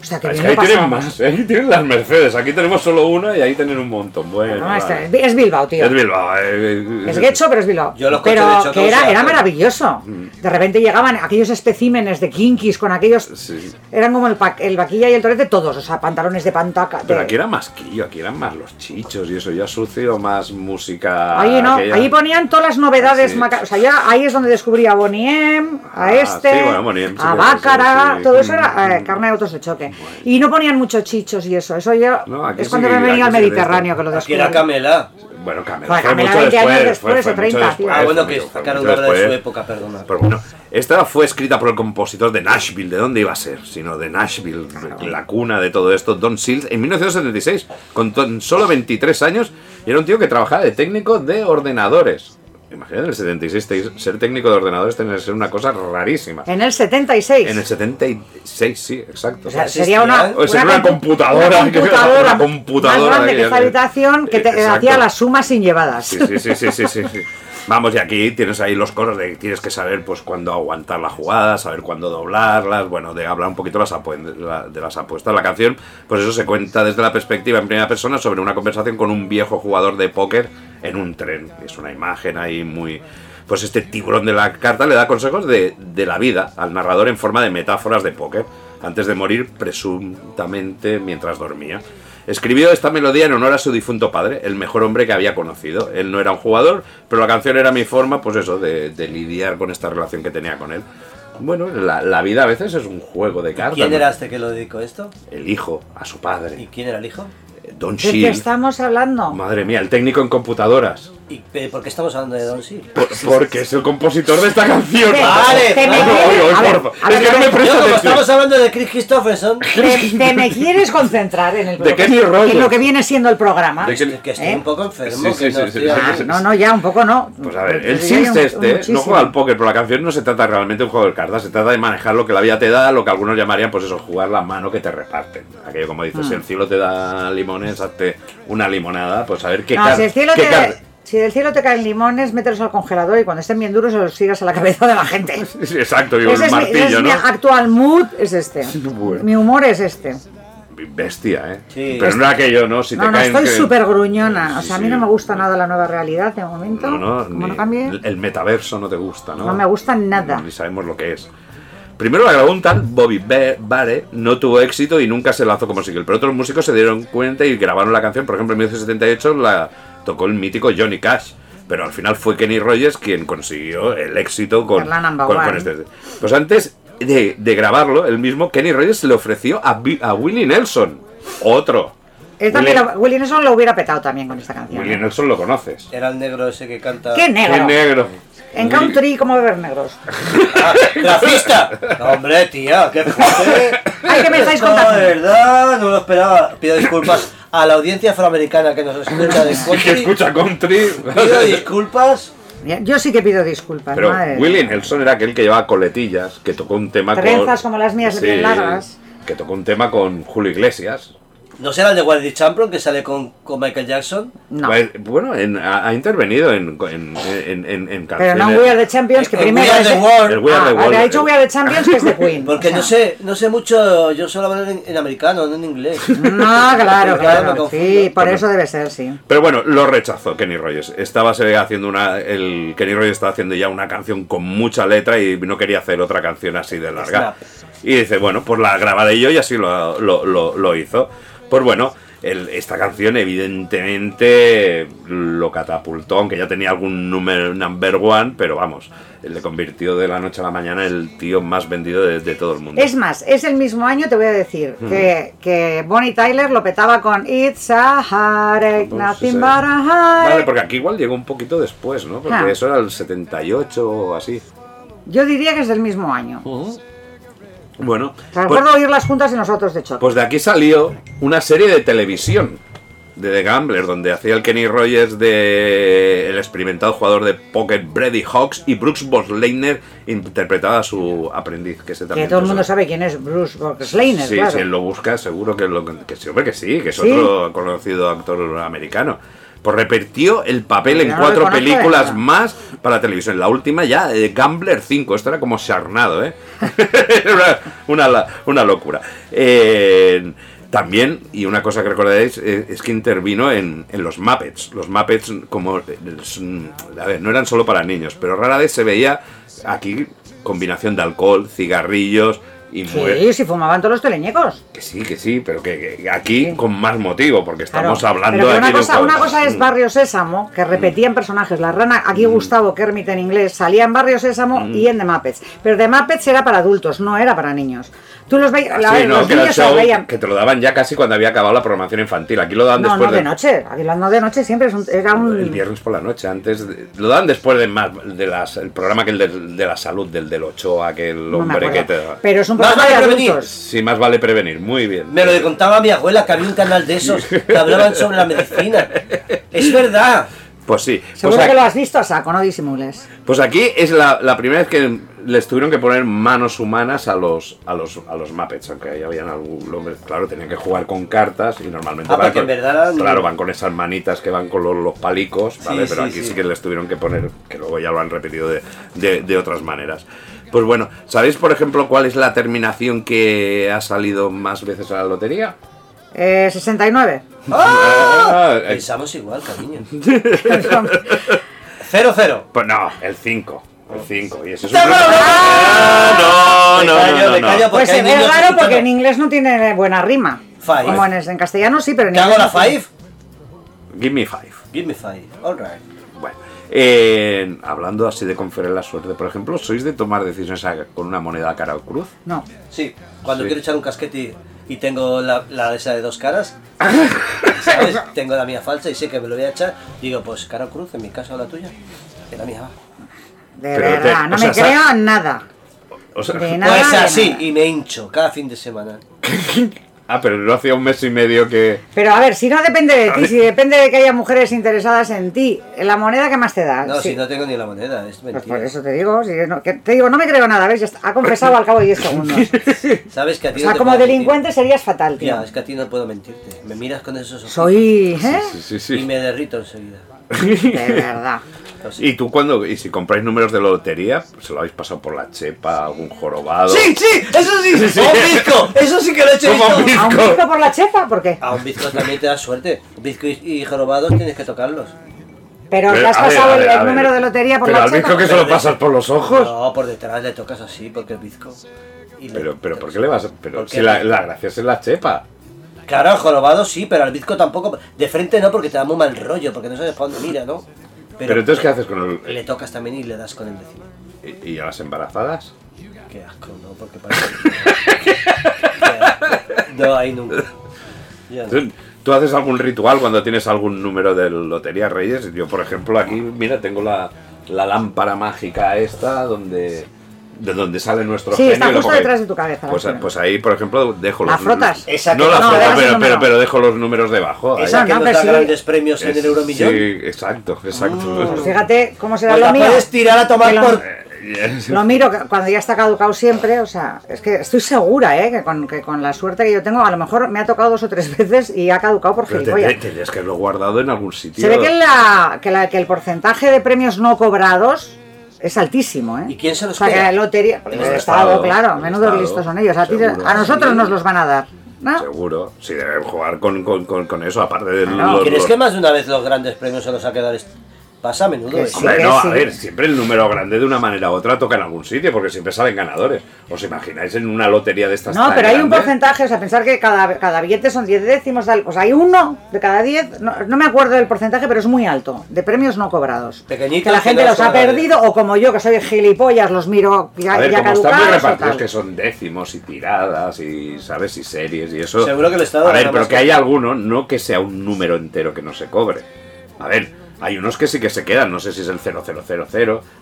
Speaker 3: O sea, que
Speaker 2: Mm. es
Speaker 3: bien
Speaker 2: que
Speaker 3: lo
Speaker 2: ahí tienen
Speaker 3: pasábamos.
Speaker 2: más, ahí tienen las Mercedes. Aquí tenemos solo una y ahí tienen un montón. Bueno,
Speaker 3: No, es-
Speaker 2: eh, vale.
Speaker 3: Ah, este es Bilbao, tío.
Speaker 2: Es Bilbao. eh, eh,
Speaker 3: Es guecho, pero es Bilbao.
Speaker 4: Yo los coches
Speaker 3: pero
Speaker 4: de choque
Speaker 3: que era,
Speaker 4: usaba,
Speaker 3: era
Speaker 4: pero-
Speaker 3: maravilloso.
Speaker 2: Mm.
Speaker 3: De repente llegaban aquellos especímenes de kinkis con aquellos.
Speaker 2: Sí.
Speaker 3: Eran como el, pa- el vaquilla y el torete todos, o sea, pantalones de pantaca. de-
Speaker 2: Pero aquí era más quillo, aquí eran más los chichos y eso ya sucio, más música.
Speaker 3: Ahí no,
Speaker 2: aquella.
Speaker 3: ahí ponían todas las novedades
Speaker 2: Ah, Sí.
Speaker 3: maca- O sea, ya ahí es donde descubrí a Bonnie M, a
Speaker 2: Ah,
Speaker 3: este,
Speaker 2: sí, bueno, Bonnie M, sí
Speaker 3: a
Speaker 2: que-
Speaker 3: Bácara,
Speaker 2: sí, sí.
Speaker 3: todo eso era eh,
Speaker 2: Mm.
Speaker 3: carne de autos de choque. Y no ponían mucho chichos y eso. Eso ya
Speaker 2: No, aquí
Speaker 3: es
Speaker 2: sí
Speaker 3: cuando
Speaker 2: que-
Speaker 3: me venía
Speaker 2: aquí
Speaker 3: al
Speaker 2: sí que
Speaker 3: Mediterráneo
Speaker 2: esto-
Speaker 3: que lo
Speaker 4: Aquí
Speaker 3: descubrí.
Speaker 4: era Camela.
Speaker 2: Bueno, Camela,
Speaker 3: Bueno,
Speaker 2: fue
Speaker 3: Camela,
Speaker 2: mucho
Speaker 3: 20 años
Speaker 2: después. fue-
Speaker 3: después,
Speaker 2: fue
Speaker 3: o
Speaker 2: mucho
Speaker 3: 30,
Speaker 2: después,
Speaker 3: tío. Ah,
Speaker 2: fue
Speaker 4: bueno,
Speaker 2: mucho-
Speaker 4: que
Speaker 2: fue
Speaker 4: sacaron
Speaker 2: mucho
Speaker 4: una obra de su
Speaker 2: después.
Speaker 4: época, perdona.
Speaker 2: Pero bueno, esta fue escrita por el compositor de Nashville. ¿De dónde iba a ser? Sino de Nashville, la cuna de todo esto, Don Shields, en 1976, con tan solo 23 años, y era un tío que trabajaba de técnico de ordenadores. Imagínate, en el 76 te- ser técnico de ordenadores tiene que ser una cosa rarísima.
Speaker 3: En el 76.
Speaker 2: En el 76, sí, exacto.
Speaker 3: o sea,
Speaker 4: existía,
Speaker 3: sería una,
Speaker 4: ¿eh?
Speaker 2: O sea, una
Speaker 3: compu-
Speaker 2: computadora,
Speaker 3: una
Speaker 2: *laughs* que-
Speaker 3: computadora,
Speaker 2: una computadora
Speaker 3: más grande
Speaker 2: que-
Speaker 3: que esta habitación que te
Speaker 2: Exacto.
Speaker 3: hacía las sumas sin llevadas.
Speaker 2: Sí, sí, sí, sí, sí, sí, sí. Vamos, y aquí tienes ahí los coros de que tienes que saber pues cuándo aguantar las jugadas, saber cuándo doblarlas, bueno, de hablar un poquito las apu- de la- de las apuestas. La canción, pues eso se cuenta desde la perspectiva en primera persona sobre una conversación con un viejo jugador de póker en un tren. Es una imagen ahí muy... Pues este tiburón de la carta le da consejos de, de la vida al narrador en forma de metáforas de póker, antes de morir presuntamente mientras dormía. Escribió esta melodía en honor a su difunto padre, el mejor hombre que había conocido. Él no era un jugador, pero la canción era mi forma, pues eso, de, de lidiar con esta relación que tenía con él. Bueno, la, la vida a veces es un juego de cartas.
Speaker 4: ¿Quién
Speaker 2: ¿no?
Speaker 4: era este que lo dedicó esto?
Speaker 2: El hijo a su
Speaker 4: ¿Y
Speaker 2: padre,
Speaker 4: quién era el hijo?
Speaker 3: *laughs*
Speaker 2: Don
Speaker 3: ¿De qué
Speaker 2: Shield.
Speaker 3: estamos hablando?
Speaker 2: Madre mía, el técnico en computadoras.
Speaker 4: ¿Y pe- por qué estamos hablando de Don Seal?
Speaker 2: Por- porque es el compositor de esta canción.
Speaker 3: Te-
Speaker 4: Vale,
Speaker 3: te me
Speaker 4: vale.
Speaker 3: quieres-
Speaker 2: Oye, oye,
Speaker 3: a ver,
Speaker 2: porfa.
Speaker 3: a
Speaker 2: Es
Speaker 3: ver,
Speaker 2: que
Speaker 3: a
Speaker 2: no me
Speaker 3: ver,
Speaker 2: presta
Speaker 4: Yo, como
Speaker 2: atención.
Speaker 4: estamos hablando de Chris Christopherson,
Speaker 2: *laughs*
Speaker 3: Te, te me quieres concentrar en el
Speaker 2: De Kenny
Speaker 3: programa, en
Speaker 2: Rogers.
Speaker 3: lo que viene siendo el programa.
Speaker 2: De Kenny-
Speaker 4: que estoy
Speaker 3: ¿Eh?
Speaker 4: un poco enfermo,
Speaker 2: Sí, sí,
Speaker 4: que
Speaker 2: sí,
Speaker 4: no
Speaker 2: sí,
Speaker 4: estoy
Speaker 2: sí,
Speaker 4: aquí.
Speaker 2: sí,
Speaker 3: Ah, No, no, ya, un poco no.
Speaker 2: Pues a ver,
Speaker 3: Te
Speaker 2: el
Speaker 3: diría
Speaker 2: Sims
Speaker 3: un-
Speaker 2: este
Speaker 3: muchísimo.
Speaker 2: no juega al póker, pero la canción no se trata realmente de un juego de cartas, se trata de manejar lo que la vida te da, lo que algunos llamarían, pues eso, jugar la mano que te reparten. Aquello como dices,
Speaker 3: Mm.
Speaker 2: si el cielo te da limones, hazte una limonada, pues a ver qué
Speaker 3: No,
Speaker 2: car-
Speaker 3: si, el cielo
Speaker 2: qué
Speaker 3: te,
Speaker 2: car-
Speaker 3: si del cielo te caen limones, mételos al congelador y cuando estén bien duros se los tiras a la cabeza de la gente. Ese
Speaker 2: *laughs* Sí, Exacto, *laughs* digo,
Speaker 3: es,
Speaker 2: un
Speaker 3: mi, ese
Speaker 2: martillo,
Speaker 3: es mi
Speaker 2: ¿no?
Speaker 3: actual mood, es
Speaker 2: *laughs*
Speaker 3: este.
Speaker 2: Bueno.
Speaker 3: Mi humor es este.
Speaker 2: Bestia, ¿eh?
Speaker 4: Sí.
Speaker 2: Pero no era aquello, ¿no? Si
Speaker 3: no,
Speaker 2: te
Speaker 3: no,
Speaker 2: caen
Speaker 3: estoy
Speaker 2: que-
Speaker 3: súper gruñona. O
Speaker 2: Sí,
Speaker 3: sea, a mí
Speaker 2: sí.
Speaker 3: no me gusta nada la nueva realidad de momento. pues
Speaker 2: No, no,
Speaker 3: Como
Speaker 2: ni-
Speaker 3: no cambie,
Speaker 2: el- el metaverso no te gusta, ¿no?
Speaker 3: no me gusta nada.
Speaker 2: Ni sabemos lo que es. Primero la grabó un tal Bobby Be- Bare, no tuvo éxito y nunca se lanzó como single, pero otros músicos se dieron cuenta y grabaron la canción. Por ejemplo, en 1978 la tocó el mítico Johnny Cash, pero al final fue Kenny Rogers quien consiguió el éxito con,
Speaker 3: Es la number
Speaker 2: con-
Speaker 3: one.
Speaker 2: con este. Pues antes de, de grabarlo, el mismo Kenny Rogers se le ofreció a, Bi- a Willie Nelson, otro.
Speaker 3: Él también lo- Willie Nelson lo hubiera petado también con esta canción. ¿eh?
Speaker 2: Willie Nelson lo conoces.
Speaker 4: Era el negro ese que canta.
Speaker 3: ¡Qué negro!
Speaker 2: ¡Qué negro!
Speaker 3: En country, ¿cómo beber
Speaker 2: *laughs*
Speaker 3: negros?
Speaker 4: Ah, ¡Racista! Hombre, tía, qué fuerte.
Speaker 3: Ay, que me estáis
Speaker 4: No,
Speaker 3: contando.
Speaker 4: De verdad, no me lo esperaba. Pido disculpas a la audiencia afroamericana que nos escucha de
Speaker 2: Y que
Speaker 4: country.
Speaker 2: escucha country.
Speaker 4: Pido
Speaker 2: *laughs*
Speaker 4: disculpas.
Speaker 3: Yo sí que pido disculpas,
Speaker 2: Pero
Speaker 3: madre.
Speaker 2: Willie Nelson era aquel que llevaba coletillas, que tocó un tema
Speaker 3: Trenzas
Speaker 2: con.
Speaker 3: como las mías, bien largas.
Speaker 2: Que tocó un tema con Julio Iglesias.
Speaker 4: ¿No será el de Wally Champron que sale con, con Michael Jackson?
Speaker 3: No.
Speaker 2: Pues, Bueno, en- ha, ha intervenido en, en, en, en- en
Speaker 3: Pero no
Speaker 2: canciones.
Speaker 3: en We Are the Champions, que
Speaker 4: En
Speaker 3: primero
Speaker 4: We Are
Speaker 3: es
Speaker 4: the
Speaker 3: de-
Speaker 4: World.
Speaker 2: El We Are
Speaker 3: Ah,
Speaker 2: the
Speaker 3: vale,
Speaker 2: World. eh.
Speaker 3: ha dicho We Are the Champions que es de Ah. Queen.
Speaker 4: *laughs* Porque
Speaker 3: o sea.
Speaker 4: no sé, no sé mucho, yo solo hablo en, en americano, no en inglés.
Speaker 3: No, Ah, claro,
Speaker 4: Claro, me
Speaker 3: claro.
Speaker 4: confundo.
Speaker 3: Sí, por
Speaker 2: Bueno.
Speaker 3: eso debe ser, sí.
Speaker 2: Pero bueno, lo rechazó Kenny Rogers. Estaba se ve, haciendo una. El Kenny Rogers estaba haciendo ya una canción con mucha letra y no quería hacer otra canción así de larga.
Speaker 4: Snap.
Speaker 2: Y dice, bueno, pues la grabaré yo y así lo, lo- lo- lo hizo. Pues bueno, el- esta canción evidentemente lo catapultó, aunque ya tenía algún número number one, pero vamos, le convirtió de la noche a la mañana el tío más vendido de, de todo el mundo.
Speaker 3: Es más, es el mismo año, te voy a decir, que, que Bonnie Tyler lo petaba con It's a heartache,
Speaker 2: Vamos,
Speaker 3: nothing
Speaker 2: ese-
Speaker 3: but a
Speaker 2: eh, Vale,
Speaker 3: heartache.
Speaker 2: porque aquí igual llegó un poquito después, ¿no? Porque
Speaker 3: Ah.
Speaker 2: eso era el 78 o así.
Speaker 3: Yo diría que es del mismo año.
Speaker 2: Bueno,
Speaker 3: Recuerdo
Speaker 2: pues-
Speaker 3: oírlas juntas y nosotros de choque.
Speaker 2: Pues de aquí salió una serie de televisión de The Gambler, donde hacía el Kenny Rogers de el experimentado jugador de poker Brady Hawks y Brooks Bosleiner interpretaba a su aprendiz, que se también. eh.
Speaker 3: que todo el mundo sabe quién es Bruce Boxleiner,
Speaker 2: Sí,
Speaker 3: claro.
Speaker 2: si él lo busca, seguro que lo. Que sí, hombre, que sí, que es
Speaker 3: Sí.
Speaker 2: otro conocido actor americano. Pues repitió el papel
Speaker 3: Yo
Speaker 2: en
Speaker 3: no lo
Speaker 2: cuatro
Speaker 3: conozco de
Speaker 2: películas
Speaker 3: nada.
Speaker 2: más para televisión. La última ya, de Gambler 5. Esto era como charnado, ¿eh? *laughs* Era una, una, una locura. Eh, también, y una cosa que recordaréis, eh, es que intervino en, en los Muppets. Los Muppets, como. eh, es, mm, A ver, no eran solo para niños, pero rara vez se veía aquí combinación de alcohol, cigarrillos y muerte.
Speaker 3: Sí, si fumaban todos los teleñecos.
Speaker 2: Que sí, que sí, pero que, que aquí con más motivo, porque estamos
Speaker 3: Claro.
Speaker 2: hablando
Speaker 3: Pero que
Speaker 2: aquí
Speaker 3: una
Speaker 2: de Mm. un
Speaker 3: cosa, una
Speaker 2: cuadro-
Speaker 3: cosa es Barrio Sésamo, que repetían personajes. La rana,
Speaker 2: Mm.
Speaker 3: aquí Gustavo Kermit en inglés, salía en Barrio Sésamo y en The Muppets. Pero The Muppets era para adultos, no era para niños. Tú los veías, la-
Speaker 2: Ah, sí, no,
Speaker 3: los
Speaker 2: que era
Speaker 3: niños se
Speaker 2: show
Speaker 3: veían.
Speaker 2: que te lo daban ya casi cuando había acabado la programación infantil. Aquí lo daban
Speaker 3: No,
Speaker 2: después
Speaker 3: no, de...
Speaker 2: de-
Speaker 3: noche. Hablando de noche siempre es un- era un...
Speaker 2: el viernes por la noche, antes de- lo daban después de más de las el programa que el del- de, la salud del del Ochoa, que el
Speaker 3: no me
Speaker 2: hombre que
Speaker 3: acuerdo.
Speaker 2: te
Speaker 3: Pero es un
Speaker 4: Más
Speaker 3: programa de
Speaker 4: vale prevenir.
Speaker 3: adultos.
Speaker 2: Sí, más vale prevenir, muy bien.
Speaker 4: Me lo contaba mi abuela que había un canal de esos que hablaban sobre la medicina. Es verdad.
Speaker 2: Pues sí. pues
Speaker 3: Seguro
Speaker 2: aquí-
Speaker 3: que lo has visto a saco, no disimules.
Speaker 2: Pues aquí es la, la primera vez que les tuvieron que poner manos humanas a los a los a los Muppets, aunque ya habían algún hombre, claro, tenían que jugar con cartas y normalmente
Speaker 4: Ah,
Speaker 2: van
Speaker 4: porque
Speaker 2: con-
Speaker 4: en verdad eran-
Speaker 2: claro, van con esas manitas que van con los, los palicos, ¿vale?
Speaker 4: Sí,
Speaker 2: Pero
Speaker 4: sí,
Speaker 2: aquí sí.
Speaker 4: sí.
Speaker 2: que les tuvieron que poner, que luego ya lo han repetido de, de- de otras maneras. Pues bueno, ¿sabéis por ejemplo cuál es la terminación que ha salido más veces a la lotería?
Speaker 3: Eh, 69.
Speaker 2: Ah, eh,
Speaker 4: Pensamos igual,
Speaker 3: *laughs*
Speaker 4: cariño.
Speaker 3: Pero
Speaker 4: Cero, cero.
Speaker 2: pues no, el 5. El 5. Y ese es un
Speaker 4: ¡Te
Speaker 2: problema.
Speaker 4: hablo!
Speaker 2: Ah,
Speaker 4: Me
Speaker 2: no, no,
Speaker 4: callo,
Speaker 2: no,
Speaker 4: me
Speaker 2: no.
Speaker 4: callo porque
Speaker 3: Pues
Speaker 4: hay
Speaker 3: se ve
Speaker 4: niños
Speaker 3: raro porque en
Speaker 4: escuchando.
Speaker 3: inglés no tiene buena rima.
Speaker 4: Five.
Speaker 3: Como en, en castellano sí, pero en
Speaker 4: ¿Te hago la
Speaker 3: no tiene.
Speaker 4: five?
Speaker 2: Give me five.
Speaker 4: Give me five. All right.
Speaker 2: Bueno, eh, hablando así de conferir la suerte, por ejemplo, ¿sois de tomar decisiones a- con una moneda a cara o cruz?
Speaker 3: No.
Speaker 4: Sí, cuando
Speaker 2: Sí.
Speaker 4: quiero echar un casquete y- y tengo la, la esa de dos
Speaker 2: *laughs*
Speaker 4: caras, ¿sabes? Tengo la mía falsa y sé que me lo voy a echar. Digo, pues cara o cruz, en mi caso la tuya, en la mía. va.
Speaker 3: De
Speaker 2: Pero te-
Speaker 3: verdad, no
Speaker 2: o
Speaker 3: me
Speaker 2: sea,
Speaker 3: creo
Speaker 2: sa-
Speaker 3: en nada.
Speaker 2: O sea,
Speaker 3: De nada.
Speaker 4: Pues
Speaker 3: de
Speaker 4: así,
Speaker 3: nada.
Speaker 4: y me hincho cada fin de semana.
Speaker 2: *laughs* ah, pero no hacía un mes y medio que...
Speaker 3: Pero a ver, si no depende de ti, si depende de que haya mujeres interesadas en ti, la moneda que más te da.
Speaker 4: No,
Speaker 3: sí.
Speaker 4: si no tengo ni la moneda, es
Speaker 3: Pues
Speaker 4: mentira.
Speaker 3: por eso te digo, si no- que te digo, no me creo nada, ¿ves? Ya está, ha confesado al cabo de 10
Speaker 4: *laughs*
Speaker 3: segundos.
Speaker 4: ¿Sabes que a
Speaker 3: O
Speaker 4: ti no
Speaker 3: sea,
Speaker 4: te
Speaker 3: como
Speaker 4: puedo mentir?
Speaker 3: delincuente serías fatal, tío.
Speaker 4: Ya, es que a ti no puedo mentirte. Me miras con esos ojos
Speaker 3: Soy, ¿eh?
Speaker 2: Sí, sí,
Speaker 4: y
Speaker 2: sí.
Speaker 4: me derrito enseguida.
Speaker 3: De
Speaker 4: *laughs*
Speaker 3: verdad.
Speaker 4: Lo sé.
Speaker 2: Y tú cuando, y si compráis números de lotería, se lo habéis pasado por la chepa, algún jorobado.
Speaker 4: Sí, sí, eso sí,
Speaker 2: Sí, sí.
Speaker 4: ¡Oh, bizco! Eso sí que lo he hecho.
Speaker 2: ¿Cómo
Speaker 4: bizco!
Speaker 2: bizco?
Speaker 3: ¿A un pico por la chepa? ¿Por qué?
Speaker 4: A un bizco también te da suerte. Bizco y, y jorobados tienes que tocarlos.
Speaker 3: Pero te
Speaker 2: Pero,
Speaker 3: has
Speaker 2: a ver,
Speaker 3: pasado
Speaker 2: a ver,
Speaker 3: el-
Speaker 2: a
Speaker 3: el,
Speaker 2: ver.
Speaker 3: número de lotería por
Speaker 2: pero
Speaker 3: la
Speaker 2: al
Speaker 3: chepa.
Speaker 2: bizco que se lo pasas por los ojos.
Speaker 4: No, por detrás le tocas así porque es bizco. Y le-
Speaker 2: Pero, pero, ¿por qué le vas? a- Pero
Speaker 4: ¿Por
Speaker 2: si
Speaker 4: qué?
Speaker 2: la, la gracia es en la chepa.
Speaker 4: Claro, al jorobado sí, pero al bizco tampoco. De frente no, porque te da muy mal rollo, porque no sabes para dónde mira, ¿no?
Speaker 2: Pero, entonces, ¿qué haces con el,
Speaker 4: Le tocas también y le das con el vecino.
Speaker 2: y, y a las embarazadas?
Speaker 4: Qué asco, ¿no? Porque parece. Qué asco. no, ahí nunca. Ya no.
Speaker 2: ¿Tú, tú haces algún ritual cuando tienes algún número de Lotería Reyes? Yo, por ejemplo, aquí, mira, tengo la, la lámpara mágica esta donde de donde sale nuestro
Speaker 3: Sí,
Speaker 2: genio.
Speaker 3: está
Speaker 2: y lo
Speaker 3: justo
Speaker 2: coge.
Speaker 3: detrás de tu cabeza,
Speaker 2: Pues,
Speaker 3: la
Speaker 2: pues ahí, por ejemplo, dejo
Speaker 3: ¿La
Speaker 2: los
Speaker 3: frotas?
Speaker 2: números.
Speaker 4: Esa
Speaker 2: no
Speaker 4: que-
Speaker 2: la
Speaker 4: no,
Speaker 2: froto,
Speaker 3: dejas el
Speaker 2: pero,
Speaker 3: número.
Speaker 2: pero, pero dejo los números debajo. ahí.
Speaker 4: Esa que
Speaker 3: no,
Speaker 4: nos
Speaker 3: pero
Speaker 4: da
Speaker 3: sí.
Speaker 4: grandes premios en el Euromillón.
Speaker 2: Sí, exacto, *laughs* exacto.
Speaker 3: Pues fíjate cómo será
Speaker 4: Pues
Speaker 3: lo
Speaker 4: la
Speaker 3: mío.
Speaker 4: puedes tirar a tomar
Speaker 3: Que lo-
Speaker 4: por.
Speaker 2: Eh,
Speaker 3: Lo miro que- cuando ya está caducado siempre, o sea, es que estoy segura, ¿eh? Que con, que con la suerte que yo tengo, a lo mejor me ha tocado dos o tres *laughs* veces y ha caducado por
Speaker 2: *laughs* Pero te- te-
Speaker 3: gilipollas.
Speaker 2: tendrías que haberlo guardado en algún sitio.
Speaker 3: Se ve que, la, que, la- que el porcentaje de premios no cobrados es altísimo, ¿eh?
Speaker 4: ¿Y quién se los
Speaker 3: O sea, que
Speaker 4: queda?
Speaker 3: la lotería...
Speaker 4: El
Speaker 3: El,
Speaker 2: Estado,
Speaker 3: Estado, claro,
Speaker 2: el
Speaker 3: menudos
Speaker 2: Estado,
Speaker 3: listos son ellos. A, ti-
Speaker 2: seguro.
Speaker 3: a nosotros nos los van a dar, ¿no?
Speaker 2: Seguro. Sí, deben jugar con, con, con, con eso, aparte de
Speaker 3: Claro.
Speaker 2: los-
Speaker 4: ¿Crees
Speaker 2: los-
Speaker 4: que más de una vez los grandes premios se los ha quedado est- Pasa a menudo.
Speaker 3: Que
Speaker 4: ¿eh?
Speaker 3: sí.
Speaker 2: Hombre, no, a
Speaker 3: sí.
Speaker 2: ver, siempre el número grande de una manera u otra toca en algún sitio, porque siempre salen ganadores. ¿Os imagináis en una lotería de estas?
Speaker 3: No,
Speaker 2: tan
Speaker 3: pero hay un
Speaker 2: grandes?
Speaker 3: porcentaje, o sea, pensar que cada, cada billete son 10 décimos, tal, pues hay uno de cada 10, no, no me acuerdo del porcentaje, pero es muy alto, de premios no cobrados.
Speaker 4: Pequeñitos
Speaker 3: que la
Speaker 4: que
Speaker 3: gente
Speaker 4: no
Speaker 3: los ha
Speaker 4: son, ¿eh?
Speaker 3: perdido, o como yo, que soy gilipollas, los miro ya,
Speaker 2: A ver,
Speaker 3: ya
Speaker 2: como están muy
Speaker 3: caducados o
Speaker 2: repartidos,
Speaker 3: tal.
Speaker 2: que son décimos y tiradas y, ¿sabes? Y series y eso.
Speaker 4: Seguro que el Estado
Speaker 2: A ver,
Speaker 4: gana
Speaker 2: pero
Speaker 4: más
Speaker 2: que
Speaker 4: que-
Speaker 2: hay alguno, no que sea un número entero que no se cobre. A ver, hay unos que sí que se quedan, no sé si es el 0000.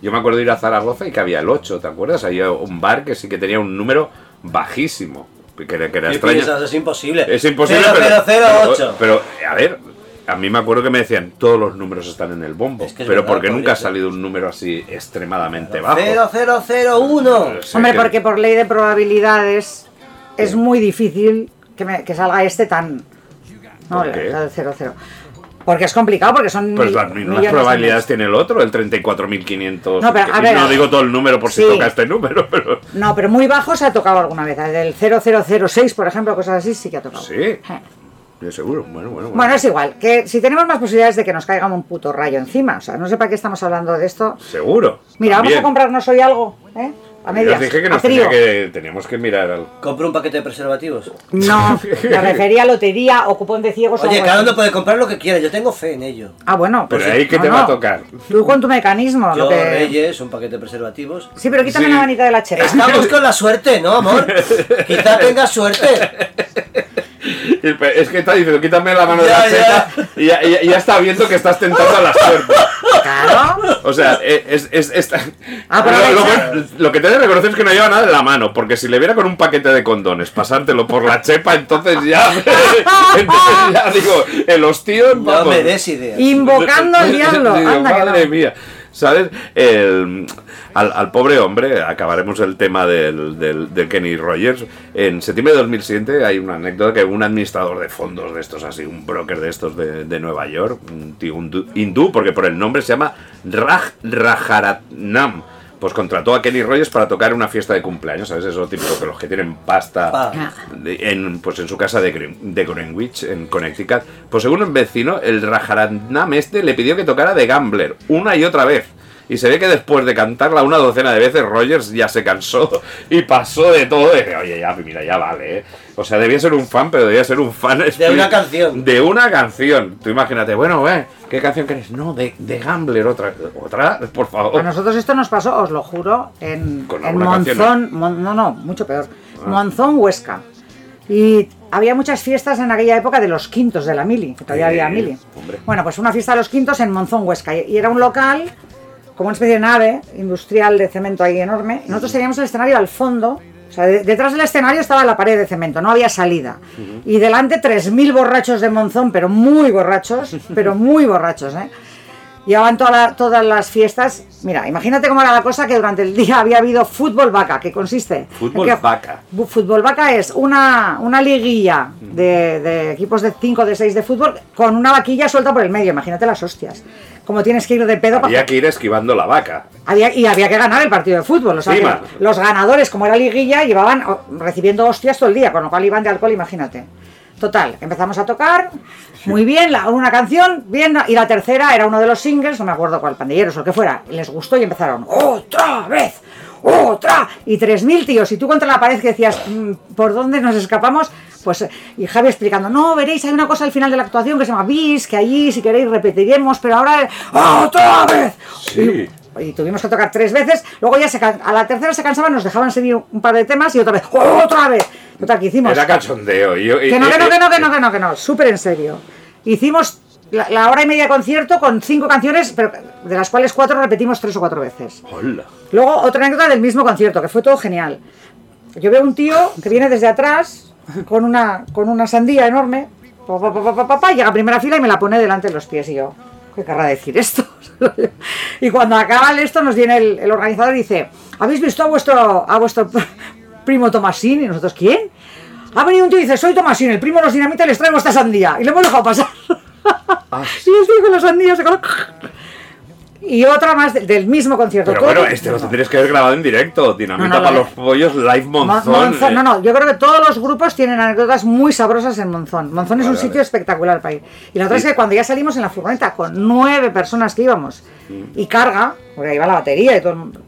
Speaker 2: Yo me acuerdo de ir a Zaragoza y que había el 8, ¿te acuerdas? Había un bar que sí que tenía un número bajísimo. Que, era- que era
Speaker 4: ¿Qué
Speaker 2: extraño.
Speaker 4: piensas? Es imposible.
Speaker 2: Es imposible,
Speaker 4: Cero,
Speaker 2: pero,
Speaker 4: cero, cero,
Speaker 2: pero-
Speaker 4: ocho.
Speaker 2: Pero, a ver, a mí me acuerdo que me decían, todos los números están en el bombo,
Speaker 4: Es que es
Speaker 2: pero
Speaker 4: verdad,
Speaker 2: porque
Speaker 4: podría
Speaker 2: nunca ha
Speaker 4: ser.
Speaker 2: salido un número así extremadamente bajo. Pues-
Speaker 4: 0001.
Speaker 2: O sea
Speaker 3: Hombre,
Speaker 2: que-
Speaker 3: porque por ley de probabilidades es muy difícil que, me- que salga este tan... No,
Speaker 2: ¿Por
Speaker 3: el
Speaker 2: qué?
Speaker 3: 0, 0. Porque es complicado, porque son...
Speaker 2: Pues
Speaker 3: mi-
Speaker 2: las mismas
Speaker 3: millones de
Speaker 2: probabilidades tiene el otro, el 34.500.
Speaker 3: No, pero,
Speaker 2: que-
Speaker 3: a ver,
Speaker 2: no
Speaker 3: a-
Speaker 2: digo todo el número por si
Speaker 3: sí.
Speaker 2: toca este número, *laughs* pero.
Speaker 3: No, pero muy bajo se ha tocado alguna vez. El 0006, por ejemplo, cosas así, sí que ha tocado.
Speaker 2: Sí.
Speaker 3: Ja.
Speaker 2: De seguro, bueno, bueno.
Speaker 3: Bueno, es igual, que si tenemos más posibilidades de que nos caiga un puto rayo encima, o sea, no sé para qué estamos hablando de esto.
Speaker 2: Seguro.
Speaker 3: Mira, vamos a
Speaker 2: también.
Speaker 3: comprarnos hoy algo, ¿eh? A
Speaker 2: Yo
Speaker 3: medias,
Speaker 2: os dije que,
Speaker 3: a
Speaker 2: nos
Speaker 3: trío.
Speaker 2: tenía que teníamos que mirar al. *laughs*
Speaker 4: Compré un paquete de preservativos.
Speaker 3: No, me refería a lotería o cupón de ciegos o
Speaker 4: Oye,
Speaker 3: algo
Speaker 4: cada
Speaker 3: así.
Speaker 4: uno puede comprar lo que quiera, yo tengo fe en ello.
Speaker 3: Ah, bueno.
Speaker 2: Pero
Speaker 3: pues
Speaker 2: ahí, ¿qué
Speaker 3: no,
Speaker 2: te va a
Speaker 3: no.
Speaker 2: tocar?
Speaker 3: Tú con tu mecanismo,
Speaker 4: Yo,
Speaker 3: lo que-
Speaker 4: Reyes, un paquete de preservativos.
Speaker 3: Sí, pero quítame
Speaker 2: Sí.
Speaker 3: la manita de la chera.
Speaker 2: *laughs*
Speaker 4: Estamos con la suerte, ¿no, amor? Quizá tengas suerte.
Speaker 2: Es que está diciendo, quítame la mano de
Speaker 4: Ya,
Speaker 2: la
Speaker 4: ya.
Speaker 2: seta y ya, ya- ya está viendo que estás tentando a la suerte.
Speaker 3: Claro.
Speaker 2: O sea, e, es, es, *laughs* es-
Speaker 3: Aprovecha.
Speaker 2: lo, lo bueno- lo que te que reconocer es que no lleva nada en la mano, porque si le viera con un paquete de condones, pasártelo por la chepa, entonces ya, *laughs* entonces ya digo, el hostío
Speaker 4: No
Speaker 2: vamos.
Speaker 4: me des ideas.
Speaker 3: Invocando
Speaker 2: *laughs*
Speaker 3: al diablo.
Speaker 2: Digo,
Speaker 3: Anda que no.
Speaker 2: madre mía. ¿Sabes? El- al, al pobre hombre, acabaremos el tema del, del- de Kenny Rogers. En septiembre de 2007 hay una anécdota que un administrador de fondos de estos, así, un broker de estos de, de Nueva York, un tío un du- hindú, porque por el nombre se llama Raj Rajaratnam. Pues contrató a Kenny Rogers para tocar en una fiesta de cumpleaños, ¿sabes? Eso típico que los que tienen pasta
Speaker 4: Pa.
Speaker 3: Ah,
Speaker 2: de- en, pues en su casa de, Gre- de Greenwich, en Connecticut. Pues según un vecino, el Rajaratnam este le pidió que tocara de Gambler una y otra vez. Y se ve que después de cantarla una docena de veces, Rogers ya se cansó *laughs* y pasó de todo. Y dije, Oye, ya, mira, ya vale. ¿eh". O sea, debía ser un fan, pero debía ser un fan.
Speaker 4: De una canción.
Speaker 2: De una canción. Tú imagínate, bueno, eh, ¿qué canción querés? No, de, de Gambler, otra. ¿Otra? Por favor.
Speaker 3: A nosotros esto nos pasó, os lo juro, en,
Speaker 2: Con
Speaker 3: en
Speaker 2: alguna
Speaker 3: Monzón,
Speaker 2: canción, Ah.
Speaker 3: Mon- no, no, mucho peor, Monzón, Huesca. Y había muchas fiestas en aquella época de los quintos de la mili, que todavía
Speaker 2: Eh,
Speaker 3: había mili.
Speaker 2: hombre.
Speaker 3: Bueno, pues una fiesta de los quintos en Monzón, Huesca. Y y era un local, como una especie de nave industrial de cemento ahí enorme. Y Nosotros teníamos el escenario al fondo, o sea, de- detrás del escenario estaba la pared de cemento, no había salida. Y delante 3.000 borrachos de Monzón, pero muy
Speaker 2: *laughs*
Speaker 3: borrachos, pero muy borrachos, ¿eh? Llevaban toda la- todas las fiestas. Mira, imagínate cómo era la cosa que durante el día había habido fútbol vaca, que consiste.
Speaker 2: Fútbol
Speaker 3: en que-
Speaker 2: vaca.
Speaker 3: Bu- Fútbol vaca es una, una liguilla de, de equipos de 5 de 6 de fútbol con una vaquilla suelta por el medio. Imagínate las hostias. Como tienes que ir de pedo para.
Speaker 2: Había que ir esquivando la vaca.
Speaker 3: Había- y había que ganar el partido de fútbol. O sea, que
Speaker 2: Encima.
Speaker 3: los ganadores, como era liguilla, llevaban o- recibiendo hostias todo el día, con lo cual iban de alcohol, imagínate. Total, empezamos a tocar, muy bien, la- una canción, bien, y la tercera era uno de los singles, no me acuerdo cuál, pandilleros o el que fuera, les gustó y empezaron, ¡otra vez! ¡Otra! Y 3.000 tíos, y tú contra la pared que decías, "Mm, ¿por dónde nos escapamos? Pues, eh, y Javi explicando, no, veréis, hay una cosa al final de la actuación que se llama bis, que allí, si queréis, repetiremos, pero ahora, ¡otra vez!
Speaker 2: Sí.
Speaker 3: Y tuvimos que tocar tres veces, luego ya se can- a la tercera se cansaban, nos dejaban seguir un par de temas y otra vez, otra vez. Total, que hicimos.
Speaker 2: Era cachondeo. y yo- y-
Speaker 3: Que no, que no,
Speaker 2: y-
Speaker 3: que no, que no, que no, que no, súper en serio. Hicimos la, la hora y media de concierto con cinco canciones, pero de las cuales cuatro repetimos tres o cuatro veces.
Speaker 2: Hola.
Speaker 3: Luego otra anécdota del mismo concierto, que fue todo genial. Yo veo un tío que viene desde atrás con una, con una sandía enorme, pa, pa, pa, pa, pa, pa, pa, llega a primera fila y me la pone delante de los pies y yo, ¿qué querrá decir esto? *laughs* y cuando acaba el esto nos viene el, el organizador y dice, ¿habéis visto a vuestro, a vuestro *laughs* primo Tomasín? Y nosotros, ¿quién? Ha venido un tío y dice, soy Tomasín, el primo de los dinamita y les traigo *laughs*
Speaker 2: Ah,
Speaker 3: esta sandía. Y le hemos dejado pasar. y el tío con la sandía se coloca... Y otra más de- del mismo concierto.
Speaker 2: Pero
Speaker 3: Todo-
Speaker 2: bueno, este lo
Speaker 3: no.
Speaker 2: tendrías que haber grabado en directo. Dinamita
Speaker 3: No, no,
Speaker 2: para
Speaker 3: lo-
Speaker 2: los pollos, live
Speaker 3: Mon-
Speaker 2: Monzón.
Speaker 3: Monzón,
Speaker 2: eh.
Speaker 3: no, no, yo creo que todos los grupos tienen anécdotas muy sabrosas en Monzón. Monzón es
Speaker 2: Vale,
Speaker 3: un
Speaker 2: vale.
Speaker 3: sitio espectacular para ir. Y la otra
Speaker 2: Sí.
Speaker 3: es que cuando ya salimos en la furgoneta con nueve personas que íbamos
Speaker 2: Mm.
Speaker 3: y carga, porque ahí va la batería y todo el mundo,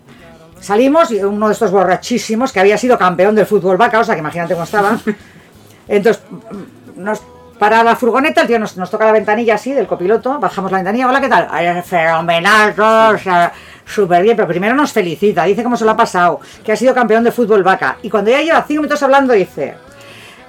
Speaker 3: Salimos y uno de estos borrachísimos que había sido campeón del fútbol vaca, o sea que imagínate cómo estaba. Entonces, mm, nos para la furgoneta, el tío nos, nos toca la ventanilla así del copiloto, bajamos la ventanilla, hola, ¿qué tal? "Ay, Fenomenal, todo, o sea, súper bien, pero primero nos felicita, dice cómo se lo ha pasado, que ha sido campeón de fútbol vaca. Y cuando ya lleva cinco minutos hablando, dice,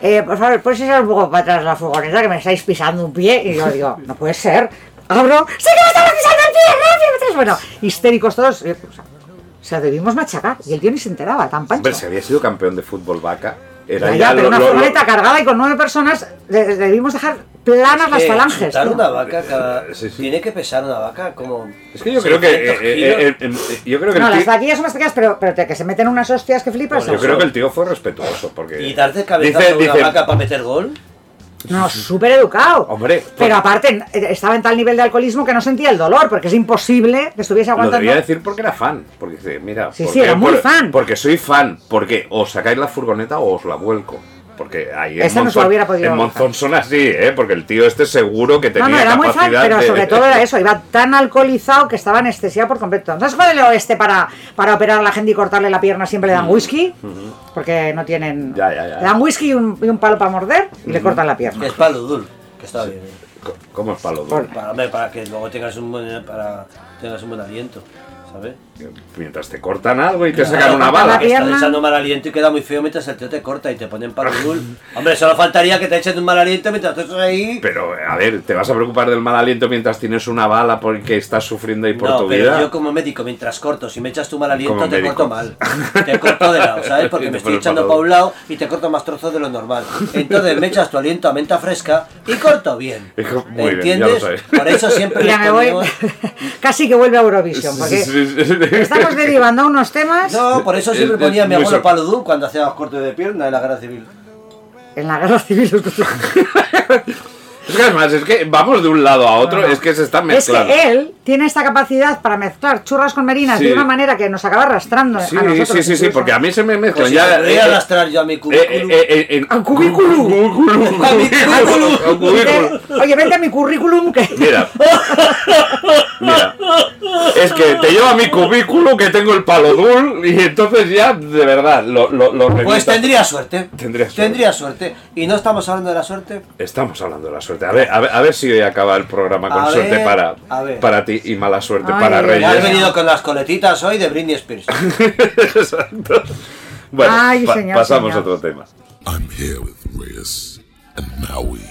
Speaker 3: eh, por favor, ¿puedes echar un poco para atrás la furgoneta que me estáis pisando un pie? Y yo digo, no puede ser. Abro, ¡sí que me estaba pisando el pie! ¡Rápido! atrás". Bueno, histéricos todos. eh, o sea, o sea, debimos machacar. Y el tío ni se enteraba, tan pancho.
Speaker 2: Hombre, si había sido campeón de fútbol vaca, era
Speaker 3: Ya,
Speaker 2: ya,
Speaker 3: ya, pero
Speaker 2: lo-
Speaker 3: una
Speaker 2: lo- lo-
Speaker 3: furgoneta cargada y con nueve personas le- le debimos dejar planas las
Speaker 4: Eh,
Speaker 3: falanges.
Speaker 4: chutar
Speaker 3: tío.
Speaker 4: una vaca cada-
Speaker 2: Sí, sí.
Speaker 4: Tiene que pesar una vaca como.
Speaker 2: Es que yo creo que. eh,
Speaker 4: 600
Speaker 2: eh, eh,
Speaker 4: kilos.
Speaker 2: eh, eh, yo creo que
Speaker 3: No,
Speaker 2: el
Speaker 3: las
Speaker 2: tío,
Speaker 3: vaquillas son más pequeñas, pero, pero te- que se meten unas hostias que flipas.
Speaker 2: yo creo que el tío fue respetuoso. Porque
Speaker 4: y darte cabezazo a una vaca para meter gol.
Speaker 3: No, súper educado.
Speaker 2: Hombre, pues-
Speaker 3: Pero aparte, eh, estaba en tal nivel de alcoholismo que no sentía el dolor, porque es imposible que estuviese
Speaker 2: Lo
Speaker 3: aguantando.
Speaker 2: debía decir porque era fan. Porque dice, mira.
Speaker 3: Sí,
Speaker 2: porque,
Speaker 3: sí, era muy
Speaker 2: por-
Speaker 3: fan.
Speaker 2: Porque soy fan. Porque o sacáis la furgoneta o os la vuelco. Porque ahí en
Speaker 3: Esa no se
Speaker 2: Monzón,
Speaker 3: lo hubiera podido
Speaker 2: en
Speaker 3: aguantar.
Speaker 2: Monzón son así, ¿eh? Porque el tío este seguro que tenía
Speaker 3: no, no, era muy fan,
Speaker 2: capacidad
Speaker 3: pero
Speaker 2: de-
Speaker 3: sobre todo era eso, iba tan alcoholizado que estaba anestesiado por completo. ¿No es cuál el oeste para, para operar a la gente y cortarle la pierna siempre le dan whisky? Porque no tienen...
Speaker 2: Mm. Mm-hmm. Ya, ya, Mm-hmm. ya.
Speaker 3: Le dan whisky y un, y un palo para morder y le cortan la pierna.
Speaker 4: Que es paludul. Que está bien. eh.
Speaker 2: Co- ¿Cómo es palo duro?
Speaker 3: Por-
Speaker 4: Para, hombre, para que luego tengas un buen, para, tengas un buen aliento. ¿Sabes?
Speaker 2: Mientras te cortan algo y te sacan
Speaker 4: Claro,
Speaker 2: una
Speaker 4: porque
Speaker 2: bala.
Speaker 3: la-
Speaker 4: Estás
Speaker 3: Pierna.
Speaker 4: echando mal aliento y queda muy feo mientras el tío te corta y te ponen paludul. Hombre, solo faltaría que te echen un mal aliento mientras tú estás ahí.
Speaker 2: Pero, a ver, ¿te vas a preocupar del mal aliento mientras tienes una bala porque estás sufriendo ahí por
Speaker 4: no,
Speaker 2: tu
Speaker 4: pero
Speaker 2: vida?
Speaker 4: yo como médico, mientras corto, si me echas tu mal aliento,
Speaker 2: Como
Speaker 4: te
Speaker 2: médico.
Speaker 4: corto mal. Te corto de lado, ¿sabes?
Speaker 2: Y *laughs*
Speaker 4: Porque
Speaker 2: te
Speaker 4: me estoy
Speaker 2: pones
Speaker 4: echando
Speaker 2: malo.
Speaker 4: para un lado y te corto más trozos de lo normal. Entonces me echas tu aliento a menta fresca y corto bien.
Speaker 2: *laughs* Hijo, muy bien, ya lo
Speaker 4: ¿Entiendes?
Speaker 2: sabes.
Speaker 4: Por eso siempre
Speaker 3: Mira,
Speaker 4: les
Speaker 3: me voy...
Speaker 4: ponemos-
Speaker 3: *laughs* Casi que vuelve a Eurovisión, porque
Speaker 2: *laughs*
Speaker 3: estamos derivando unos temas
Speaker 4: No, por eso siempre
Speaker 2: Es- es
Speaker 4: ponía a mi
Speaker 2: muy
Speaker 4: abuelo
Speaker 2: sor-
Speaker 4: paludul cuando hacía los cortes de pierna en la guerra civil.
Speaker 3: en la guerra civil.
Speaker 2: *laughs* Es que además, es que vamos de un lado a otro,
Speaker 3: No, no.
Speaker 2: es que se están
Speaker 3: *laughs* Es que
Speaker 2: mezclando.
Speaker 3: él tiene esta capacidad para mezclar churras con merinas
Speaker 2: Sí.
Speaker 3: de una manera que nos acaba arrastrando
Speaker 2: Sí,
Speaker 3: a nosotros.
Speaker 2: sí, sí, sí,
Speaker 3: incluso.
Speaker 2: porque a mí se me mezclan.
Speaker 4: Pues si
Speaker 2: ya,
Speaker 4: me voy
Speaker 2: eh,
Speaker 4: a arrastrar yo a mi
Speaker 2: eh, eh,
Speaker 4: cubículo.
Speaker 2: eh, en-
Speaker 3: Al
Speaker 2: *laughs*
Speaker 3: cubículo.
Speaker 2: Cubículo,
Speaker 4: A mi cubículo.
Speaker 2: *laughs* cubículo, cubículo.
Speaker 3: Vente- *laughs* Oye, vente a mi currículum
Speaker 2: *laughs*
Speaker 3: que...
Speaker 2: Mira, mira, es que te llevo a mi cubículo que tengo el palodul y entonces ya, de verdad, lo, lo, lo
Speaker 4: Pues
Speaker 2: revientas.
Speaker 4: tendría suerte.
Speaker 2: Tendría suerte.
Speaker 4: suerte. Y no estamos hablando de la suerte.
Speaker 2: Estamos hablando de la suerte. A ver, a ver, a ver si hoy acaba el programa con
Speaker 4: A
Speaker 2: suerte
Speaker 4: ver,
Speaker 2: para,
Speaker 4: a ver.
Speaker 2: para ti y mala suerte
Speaker 3: Ay,
Speaker 2: para
Speaker 3: Dios.
Speaker 4: Me has
Speaker 3: Ya.
Speaker 2: Reyes.
Speaker 4: venido con las coletitas hoy de Britney Spears.
Speaker 2: *laughs* Exacto. Bueno,
Speaker 3: Ay,
Speaker 2: pa-
Speaker 3: señor,
Speaker 2: pasamos
Speaker 3: señor.
Speaker 2: a otro tema.
Speaker 7: I'm here with Reyes and Maui.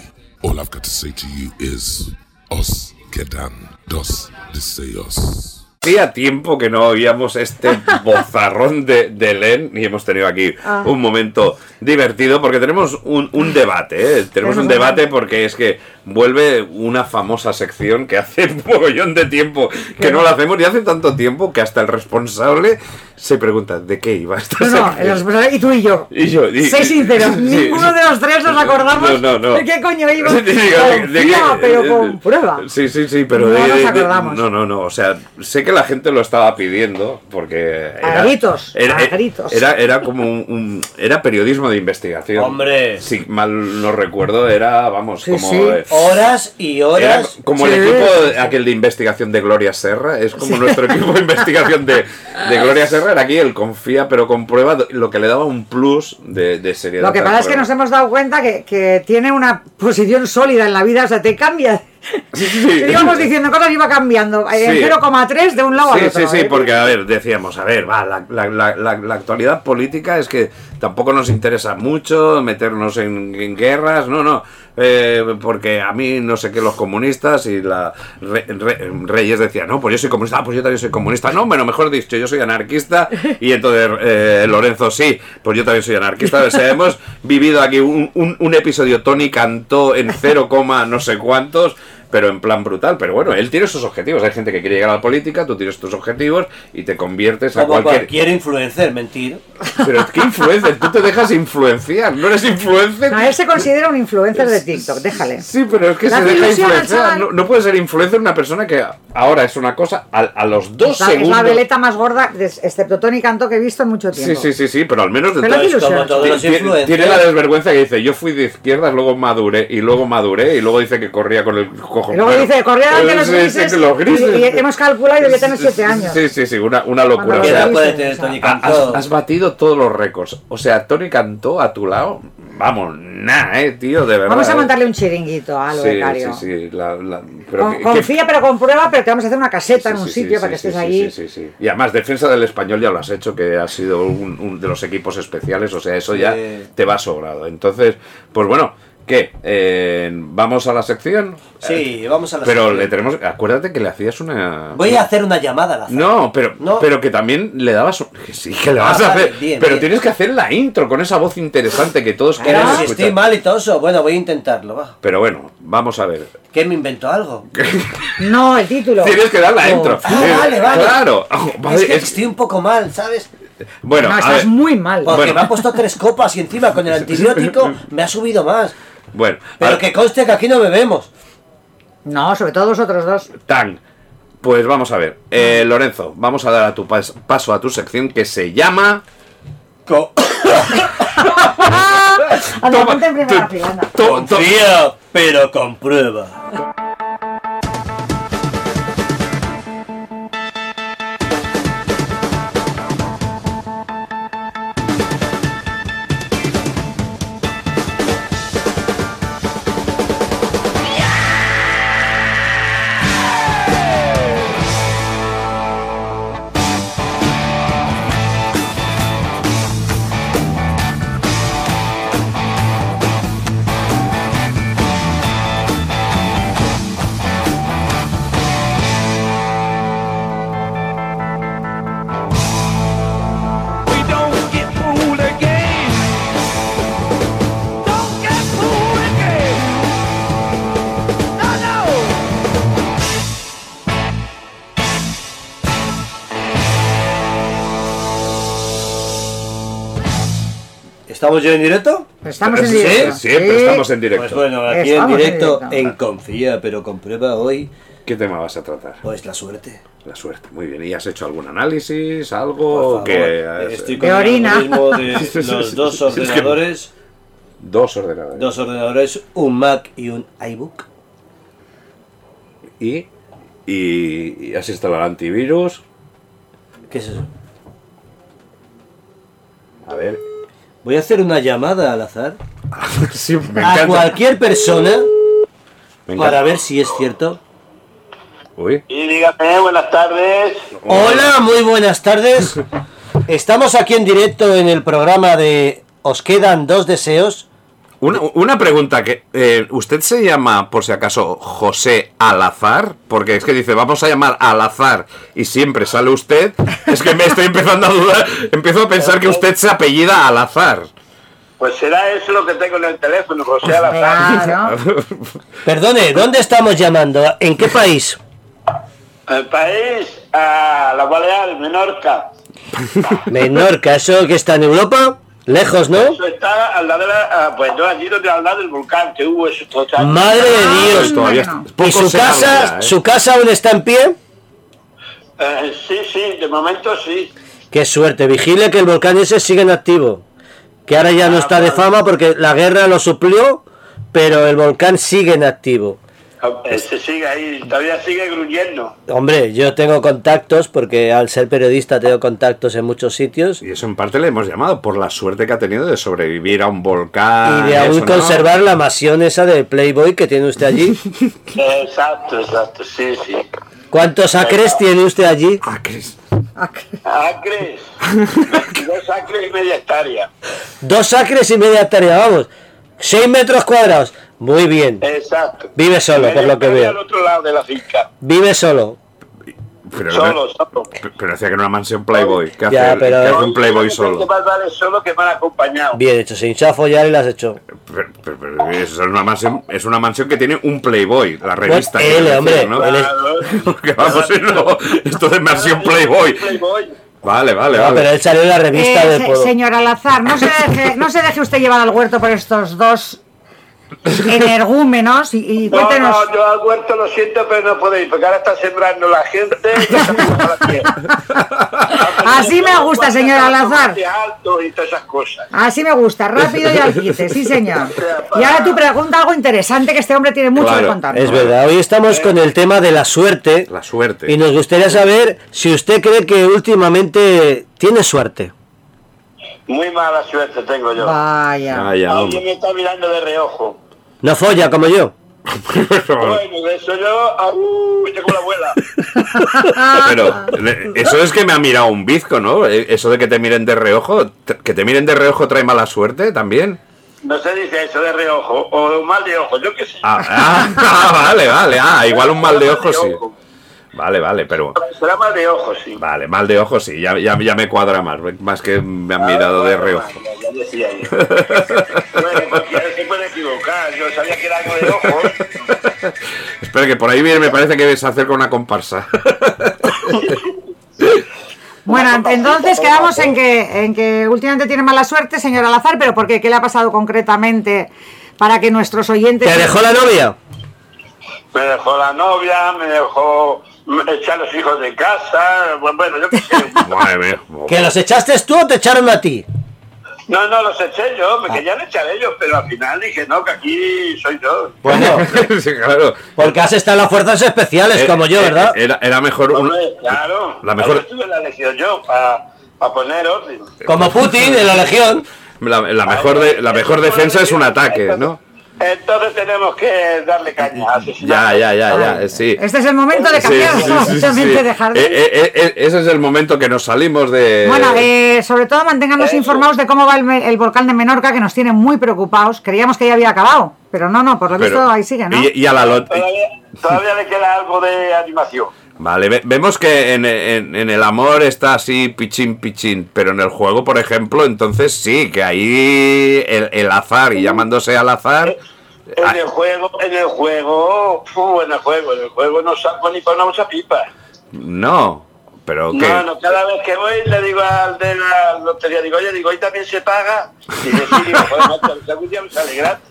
Speaker 7: All I've got to say to you is, os quedan dos deseos.
Speaker 2: Hacía tiempo que no oíamos este
Speaker 3: *laughs*
Speaker 2: bozarrón de, de Len y hemos tenido aquí
Speaker 3: Ah.
Speaker 2: un momento divertido porque tenemos un, un debate, ¿eh? tenemos
Speaker 3: Tenemos
Speaker 2: un
Speaker 3: un
Speaker 2: debate porque es que vuelve una famosa sección que hace *laughs* un mogollón de tiempo que no la hacemos y hace tanto tiempo que hasta el responsable se pregunta de qué iba esta
Speaker 3: No, no,
Speaker 2: sección?
Speaker 3: el responsable- y tú y yo.
Speaker 2: Y yo, y-
Speaker 3: Sé sincero,
Speaker 2: *laughs* sí.
Speaker 3: ninguno de los tres nos acordamos
Speaker 2: No, no, no.
Speaker 3: de qué
Speaker 2: *laughs*
Speaker 3: coño iba.
Speaker 2: Sí, sí, digo, de- de
Speaker 3: Confía,
Speaker 2: qué-
Speaker 3: pero
Speaker 2: de-
Speaker 3: con
Speaker 2: de-
Speaker 3: prueba.
Speaker 2: Sí, sí, sí, pero.
Speaker 3: No
Speaker 2: de-
Speaker 3: nos
Speaker 2: de-
Speaker 3: acordamos.
Speaker 2: no, no, no. O sea, sé que la gente lo estaba pidiendo porque.
Speaker 3: A gritos,
Speaker 2: Era,
Speaker 3: a gritos.
Speaker 2: Era, era como un, un- Era periodismo de investigación.
Speaker 4: Hombre.
Speaker 2: Si mal no recuerdo, era, vamos,
Speaker 3: Sí,
Speaker 2: como.
Speaker 3: sí.
Speaker 2: eh,
Speaker 4: Horas y
Speaker 2: era
Speaker 4: horas.
Speaker 2: como
Speaker 3: Sí.
Speaker 2: el equipo aquel de investigación de Gloria Serra, es como nuestro equipo de investigación de, de Gloria Serra, era aquí el confía pero comprueba lo que le daba un plus de, de seriedad.
Speaker 3: Lo que
Speaker 2: al
Speaker 3: pasa es que
Speaker 2: programa.
Speaker 3: nos hemos dado cuenta que, que tiene una posición sólida en la vida, o sea, te cambia.
Speaker 2: Sí, sí, sí.
Speaker 3: Te *laughs* íbamos diciendo cosas y iba cambiando. eh,
Speaker 2: Sí.
Speaker 3: En 0,3 de un lado
Speaker 2: Sí,
Speaker 3: al otro.
Speaker 2: sí, sí,
Speaker 3: ¿eh?
Speaker 2: porque a ver, decíamos, a ver, va, la, la- la- la- la actualidad política es que tampoco nos interesa mucho meternos en, en guerras, no, no, eh, porque a mí no sé qué los comunistas y la Re- Re- Reyes decía, no, pues yo soy comunista, ah, pues yo también soy comunista, no, bueno, mejor dicho, yo soy anarquista y entonces eh, Lorenzo sí, pues yo también soy anarquista, o sea, hemos vivido aquí un, un- un episodio Tony cantó en 0, no sé cuántos. pero en plan brutal. Pero bueno, él tiene sus objetivos. Hay gente que quiere llegar a la política, tú tienes tus objetivos y te conviertes a
Speaker 4: Como cualquier...
Speaker 2: cualquier.
Speaker 4: influencer, mentir.
Speaker 2: *laughs* Pero qué influencer, tú te dejas influenciar, no eres influencer.
Speaker 3: No, él se considera un influencer de TikTok, déjale.
Speaker 2: Sí, pero es que
Speaker 3: Le
Speaker 2: se
Speaker 3: hace
Speaker 2: deja
Speaker 3: ilusión al
Speaker 2: influenciar.
Speaker 3: chaval.
Speaker 2: No, no puede ser influencer una persona que ahora es una cosa, a, a los dos
Speaker 3: Es la- es
Speaker 2: segundos.
Speaker 3: la veleta más gorda, des- excepto Tony Canto, que he visto en mucho
Speaker 2: Sí,
Speaker 3: tiempo.
Speaker 2: sí, sí, sí, pero al menos de
Speaker 3: Pero
Speaker 2: todo-
Speaker 3: qué
Speaker 4: Pues como
Speaker 3: ilusión.
Speaker 4: todos los
Speaker 2: Ti- ti- Tiene la
Speaker 4: influencers.
Speaker 2: desvergüenza que dice, yo fui de izquierdas, luego maduré, y luego maduré, y luego dice que corría con el cojón.
Speaker 3: Y luego dice, corría delante de los grises, y- y hemos calculado y yo tengo siete años.
Speaker 2: Sí, sí, sí, una, una locura.
Speaker 3: Cuando
Speaker 2: o
Speaker 3: lo
Speaker 4: ¿Qué
Speaker 2: sea,
Speaker 4: edad
Speaker 3: dice,
Speaker 4: puede tener
Speaker 3: o sea,
Speaker 4: Tony
Speaker 2: ha- has,
Speaker 4: Cantó?
Speaker 2: Ah, has batido todos los récords. O sea, Tony Cantó a tu lado, vamos, nah, eh, tío, de verdad.
Speaker 3: Vamos a
Speaker 2: eh.
Speaker 3: montarle un chiringuito a lo
Speaker 2: Sí,
Speaker 3: becario.
Speaker 2: sí, sí, la- la- pero
Speaker 3: Con-
Speaker 2: que- que-
Speaker 3: confía, pero comprueba, pero te vamos a hacer una caseta en
Speaker 2: Sí,
Speaker 3: un
Speaker 2: sí, sí,
Speaker 3: sitio
Speaker 2: sí,
Speaker 3: para que
Speaker 2: sí,
Speaker 3: estés
Speaker 2: sí,
Speaker 3: allí.
Speaker 2: sí, sí, sí. Y además, defensa del español ya lo has hecho, que ha sido un, un de los equipos especiales, o sea, eso ya
Speaker 4: Sí.
Speaker 2: te va sobrado. Entonces, pues bueno, ¿qué? Eh, ¿Vamos a la sección? Eh,
Speaker 4: Sí, vamos a la
Speaker 2: Pero
Speaker 4: sección.
Speaker 2: le tenemos. Acuérdate que le hacías una.
Speaker 4: Voy a hacer una llamada a la Zara.
Speaker 2: No, pero,
Speaker 4: No.
Speaker 2: pero que también le dabas. un- que Sí, que le
Speaker 4: Ah,
Speaker 2: vas a
Speaker 4: vale,
Speaker 2: hacer.
Speaker 4: bien,
Speaker 2: pero
Speaker 4: bien.
Speaker 2: tienes que hacer la intro con esa voz interesante que todos
Speaker 4: Pero
Speaker 2: queremos
Speaker 4: si
Speaker 2: escuchar.
Speaker 4: estoy mal y todo eso, bueno, voy a intentarlo, va.
Speaker 2: Pero bueno, vamos a ver.
Speaker 4: ¿Qué me
Speaker 2: *laughs*
Speaker 4: inventó algo?
Speaker 3: No, el título.
Speaker 2: Tienes que dar la
Speaker 3: Oh.
Speaker 2: intro.
Speaker 4: Ah,
Speaker 2: Eh,
Speaker 4: vale, vale.
Speaker 2: Claro. Oh, vale,
Speaker 4: es que
Speaker 2: es-
Speaker 4: estoy un poco mal, ¿sabes?
Speaker 2: Bueno,
Speaker 3: No,
Speaker 2: a
Speaker 3: estás
Speaker 2: ver.
Speaker 3: muy mal.
Speaker 4: Porque
Speaker 2: Bueno.
Speaker 4: me ha puesto tres copas y encima
Speaker 2: *laughs*
Speaker 4: con el antibiótico me ha subido más.
Speaker 2: Bueno,
Speaker 4: Pero
Speaker 2: ahora-
Speaker 4: que conste que aquí no bebemos.
Speaker 3: No, sobre todo vosotros dos.
Speaker 2: Tan. Pues vamos a ver.
Speaker 3: Ah.
Speaker 2: Eh, Lorenzo, vamos a dar a tu pas- paso a tu sección que se llama.
Speaker 4: Co
Speaker 3: Anda,
Speaker 2: Toma,
Speaker 3: ponte Ah, en primera
Speaker 2: tú-
Speaker 3: fila, anda.
Speaker 2: to- to-
Speaker 4: *coughs* Confía, pero comprueba.
Speaker 1: We don't get fooled again. Don't get fooled again. No, no.
Speaker 4: ¿Estamos ya en directo?
Speaker 3: Estamos en
Speaker 2: Sí,
Speaker 3: directo.
Speaker 2: siempre
Speaker 3: Sí.
Speaker 2: estamos en
Speaker 4: Pues
Speaker 2: directo.
Speaker 4: bueno, aquí
Speaker 3: Estamos
Speaker 4: en
Speaker 3: en
Speaker 4: directo
Speaker 3: directo.
Speaker 4: en Confía, pero comprueba hoy,
Speaker 2: ¿Qué tema vas a tratar?
Speaker 4: pues la suerte.
Speaker 2: La suerte. Muy bien. ¿Y has hecho algún análisis?
Speaker 4: Por
Speaker 2: ¿Algo? Oh,
Speaker 4: favor, eh,
Speaker 2: que eh,
Speaker 4: Estoy
Speaker 3: De
Speaker 4: con el
Speaker 3: orina.
Speaker 4: algoritmo de los dos
Speaker 2: Es que-
Speaker 4: ordenadores,
Speaker 2: Dos ordenadores.
Speaker 4: dos ordenadores, un Mac y un iBook.
Speaker 2: ¿Y? y. y has instalado antivirus.
Speaker 4: ¿Qué es eso?
Speaker 2: A ver. *laughs*
Speaker 4: Voy a hacer una llamada al azar
Speaker 2: Sí, me
Speaker 3: Ah,
Speaker 4: a
Speaker 2: encanta.
Speaker 4: cualquier persona
Speaker 2: Me encanta.
Speaker 4: para ver si es cierto.
Speaker 2: Uy.
Speaker 8: Y dígame, buenas tardes.
Speaker 4: Hola, muy
Speaker 2: *laughs*
Speaker 4: buenas tardes. Estamos aquí en directo en el programa de Os quedan dos deseos.
Speaker 2: Una, una pregunta que eh, usted se llama por si acaso José Alazar, porque es que dice vamos a llamar Alazar y siempre sale usted. Es que me estoy empezando a dudar, empiezo a pensar que usted se apellida Alazar.
Speaker 8: Pues será eso lo que tengo en el teléfono, José Alazar.
Speaker 4: Ah.
Speaker 2: *laughs*
Speaker 3: Claro.
Speaker 4: Perdone, ¿dónde estamos llamando? ¿En
Speaker 2: *laughs*
Speaker 4: qué país?
Speaker 8: El país, a la Balear, Menorca.
Speaker 4: Menorca, eso que está en Europa, lejos, ¿no?
Speaker 8: Eso está al lado de la, ah, pues no, allí donde al lado del volcán que hubo esos dos años.
Speaker 4: Madre de
Speaker 2: Pues
Speaker 4: Dios.
Speaker 2: todavía
Speaker 3: bueno.
Speaker 2: poco
Speaker 4: Ah, ¿Y su
Speaker 2: se habla
Speaker 4: casa,
Speaker 2: ya, ¿eh?
Speaker 4: su casa aún está en pie?
Speaker 8: Eh, sí, sí, de momento sí.
Speaker 4: Qué suerte, vigile que el volcán ese sigue en activo. Que ahora
Speaker 2: Ah,
Speaker 4: ya no está de fama porque la guerra lo suplió, pero el volcán sigue en activo.
Speaker 8: Eh, se sigue ahí, todavía sigue gruñendo.
Speaker 4: Hombre, yo tengo contactos porque al ser periodista tengo contactos en muchos sitios
Speaker 2: Y eso en parte le hemos llamado por la suerte que ha tenido de sobrevivir a un volcán
Speaker 4: y de
Speaker 2: Ah, eso,
Speaker 4: aún
Speaker 2: ¿no?
Speaker 4: conservar la masión esa de Playboy que tiene
Speaker 2: *laughs*
Speaker 4: usted allí.
Speaker 8: Eh, exacto, exacto, sí, sí.
Speaker 4: ¿Cuántos acres tiene usted allí?
Speaker 2: Ah, Cris.
Speaker 8: Acres, 22 acres y media hectárea.
Speaker 4: Dos acres y media hectárea, vamos. Seis metros cuadrados. Muy bien.
Speaker 8: Exacto.
Speaker 4: Vive solo, por lo que veo.
Speaker 8: Media hectárea Al otro lado de la finca.
Speaker 4: Vive solo.
Speaker 2: Pero,
Speaker 8: Solo, solo.
Speaker 2: pero- pero decía que era una mansión Playboy. ¿Qué hace,
Speaker 4: Ya,
Speaker 2: el-
Speaker 4: pero-
Speaker 2: qué hace un Playboy
Speaker 8: Que este
Speaker 2: solo?
Speaker 8: más vale solo que mal acompañado.
Speaker 4: Bien hecho, se hinchó a follar y las echó.
Speaker 2: Pero- pero- pero es, una mansión, es una mansión que tiene un Playboy, la revista.
Speaker 4: Pues,
Speaker 2: quiero
Speaker 4: él,
Speaker 2: decir,
Speaker 4: hombre,
Speaker 2: ¿no?
Speaker 4: él es-
Speaker 2: *laughs* Porque vamos, si *laughs* no, esto de mansión Playboy.
Speaker 8: Playboy.
Speaker 2: Vale, vale,
Speaker 4: No, Ah, pero
Speaker 2: vale.
Speaker 4: él salió en la revista
Speaker 3: Eh,
Speaker 4: del
Speaker 3: se-
Speaker 4: pueblo.
Speaker 3: señor Alazar, no se, deje, no se deje usted llevar al huerto por estos dos energúmenos y, y
Speaker 8: No,
Speaker 3: cuéntenos.
Speaker 8: no, yo al huerto lo siento, pero no podéis, porque ahora está sembrando la gente. y estamos con la tierra.
Speaker 3: *laughs*
Speaker 2: *laughs*
Speaker 3: Así me gusta, señor Alazar.
Speaker 8: Alto y todas esas cosas.
Speaker 3: Así me gusta, rápido y al quite, sí señor. Y ahora tú pregunta algo interesante que este hombre tiene mucho
Speaker 2: Claro.
Speaker 3: que contar.
Speaker 4: Es verdad, hoy estamos con el tema de la suerte.
Speaker 2: Eh. La suerte.
Speaker 4: Y nos gustaría saber si usted cree que últimamente tiene suerte.
Speaker 8: Muy mala suerte tengo yo.
Speaker 3: Vaya.
Speaker 2: Vaya, *laughs*
Speaker 8: Alguien
Speaker 2: hombre.
Speaker 8: me está mirando de reojo.
Speaker 4: No folla como yo.
Speaker 2: Ah.
Speaker 8: Bueno, de eso yo, ah, uh, estoy como la abuela.
Speaker 2: Pero le- eso es que me ha mirado un bizco, ¿no? Eh, Eso de que te miren de reojo, t- que te miren de reojo trae mala suerte también.
Speaker 8: No se dice eso de reojo, o mal de ojo, yo qué sé.
Speaker 2: Ah, ah, *laughs* ah, vale, vale, ah, igual un mal de ojo sí. Vale, vale, pero
Speaker 8: Será mal de ojo, sí.
Speaker 2: vale, mal de ojo sí, ya, ya, ya me cuadra más, más que me han mirado de reojo.
Speaker 8: Ya, ya decía yo. bueno, cualquiera se puede equivocar, yo sabía que era algo de ojo.
Speaker 3: *laughs*
Speaker 2: Espera que por ahí viene, me parece que se acerca una comparsa.
Speaker 3: Bueno, ent- entonces quedamos en que, en que últimamente tiene mala suerte, señor Alazar, pero ¿por qué? ¿Qué le ha pasado concretamente para que nuestros oyentes...
Speaker 4: ¿Te dejó la novia?
Speaker 8: Me dejó la novia, me dejó echar los hijos de casa, bueno, yo qué sé.
Speaker 2: Madre mía.
Speaker 3: *laughs*
Speaker 4: ¿Que los echaste tú o te echaron a ti?
Speaker 8: No, no, los eché yo,
Speaker 2: Ah.
Speaker 8: me querían echar ellos, pero al final dije, no, que aquí soy yo.
Speaker 4: Bueno,
Speaker 2: *laughs* Sí, claro.
Speaker 4: *laughs* porque has estado en las fuerzas especiales
Speaker 2: Eh,
Speaker 4: como yo,
Speaker 2: eh,
Speaker 4: ¿verdad?
Speaker 2: Era, era mejor un-
Speaker 8: Hombre, claro,
Speaker 2: la mejor-
Speaker 8: ahora tuve la elección yo para poner orden.
Speaker 2: eh.
Speaker 4: Como Putin de la Legión.
Speaker 2: la, la mejor de- la mejor defensa es un ataque, ¿no?
Speaker 8: Entonces tenemos que darle caña.
Speaker 2: Ya,
Speaker 8: asesinar.
Speaker 2: ya, ya, ya, eh, sí.
Speaker 3: Este es el momento de
Speaker 2: Sí,
Speaker 3: cambiar,
Speaker 2: sí, sí, sí,
Speaker 3: absolutamente
Speaker 2: sí.
Speaker 3: dejar
Speaker 2: Eh,
Speaker 3: de...
Speaker 2: eh, eh, ese es el momento que nos salimos de.
Speaker 3: Bueno, eh, sobre todo manténganos
Speaker 8: eso.
Speaker 3: informados de cómo va el, me- el volcán de Menorca, que nos tiene muy preocupados. Creíamos que ya había acabado, pero no, no, por lo
Speaker 2: Pero-
Speaker 3: visto ahí sigue, ¿no? *laughs*
Speaker 2: Y, y a la lot-
Speaker 8: Todavía, todavía le queda algo de animación.
Speaker 2: Vale, ve- vemos que en, en- en el amor está así pichín pichín, pero en el juego, por ejemplo, entonces sí, que ahí el, el azar y llamándose al azar.
Speaker 8: En
Speaker 2: ah,
Speaker 8: el juego, en el juego, fu, en el juego, en el juego no saco ni para una mucha pipa.
Speaker 2: no, pero que.
Speaker 8: No, no, cada vez que voy le digo al de la lotería, digo, oye, digo, hoy también se paga. Y yo sí, digo, joder, macho, algún día me sale gratis.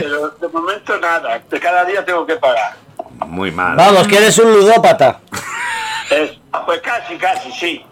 Speaker 8: Pero de momento nada, de cada día tengo que pagar.
Speaker 2: Muy mal.
Speaker 4: Vamos, que eres un ludópata.
Speaker 8: Es, pues casi, casi, sí.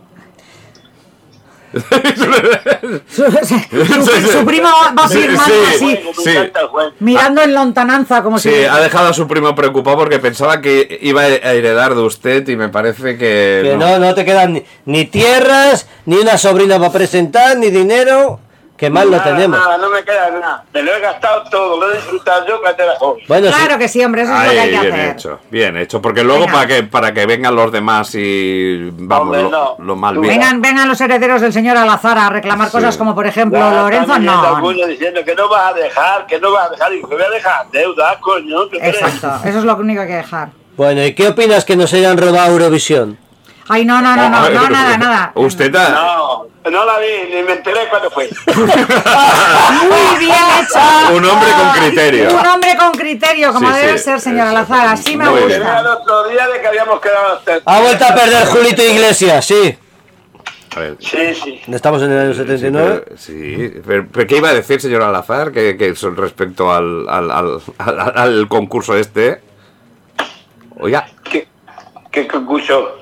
Speaker 3: su,
Speaker 2: *laughs*
Speaker 3: su- su primo va a
Speaker 2: Sí,
Speaker 3: firmar
Speaker 2: sí.
Speaker 3: así,
Speaker 8: Juego,
Speaker 2: sí.
Speaker 8: Me encanta el juego.
Speaker 3: mirando en lontananza, como
Speaker 2: Sí,
Speaker 3: si...
Speaker 2: ha dejado a su primo preocupado porque pensaba que iba a heredar de usted y me parece que.
Speaker 4: Que no, no te quedan ni, ni tierras, ni una sobrina para presentar, ni dinero. Que mal lo
Speaker 8: Nada,
Speaker 4: tenemos.
Speaker 8: Nada, no me queda nada. Me lo he gastado todo, lo he disfrutado yo cuando era joven.
Speaker 4: Bueno, sí.
Speaker 3: Claro que sí, hombre, eso es lo
Speaker 2: Ahí,
Speaker 3: que hay que
Speaker 2: bien
Speaker 3: hacer.
Speaker 2: hecho, bien hecho, porque luego
Speaker 3: Venga.
Speaker 2: para que para que vengan los demás y vamos
Speaker 8: Hombre,
Speaker 2: lo,
Speaker 8: no.
Speaker 2: lo mal
Speaker 8: Tú
Speaker 2: bien.
Speaker 3: Vengan, vengan los herederos del señor Alazar a reclamar cosas como, por ejemplo,
Speaker 8: Ya,
Speaker 3: Lorenzo,
Speaker 8: están viniendo
Speaker 3: no.
Speaker 8: algunos diciendo que no vas a dejar, que no vas a dejar, digo, que voy a dejar deuda, coño. ¿qué crees?
Speaker 3: Exacto, eso es lo único que hay que dejar.
Speaker 4: Bueno, ¿y qué opinas que nos hayan robado Eurovisión?
Speaker 3: Ay, no, no, no, no,
Speaker 2: *laughs*
Speaker 3: no, nada, nada.
Speaker 2: Usted ha-
Speaker 8: No, no la vi, ni me enteré
Speaker 3: *laughs*
Speaker 8: cuándo fue.
Speaker 3: Muy bien hecho.
Speaker 2: un hombre con criterio.
Speaker 3: Un hombre con criterio, como
Speaker 2: Sí,
Speaker 3: debe
Speaker 2: sí,
Speaker 3: ser, señor
Speaker 2: eso.
Speaker 3: Alazar. Así me
Speaker 2: Muy
Speaker 8: Me enteré
Speaker 3: gusta.
Speaker 8: al otro día de que habíamos quedado hasta...
Speaker 3: Ah,
Speaker 4: Ha vuelto a perder Julito Iglesias, sí.
Speaker 2: *laughs* A
Speaker 8: *laughs*
Speaker 2: ver,
Speaker 8: Sí, sí.
Speaker 4: Estamos en el año 79.
Speaker 2: pero- sí, pero, pero ¿qué iba a decir señor Alazar que, que son respecto al, al, al- al- al concurso este?
Speaker 3: *laughs*
Speaker 2: Oiga, *laughs*
Speaker 8: ¿Qué, qué concurso?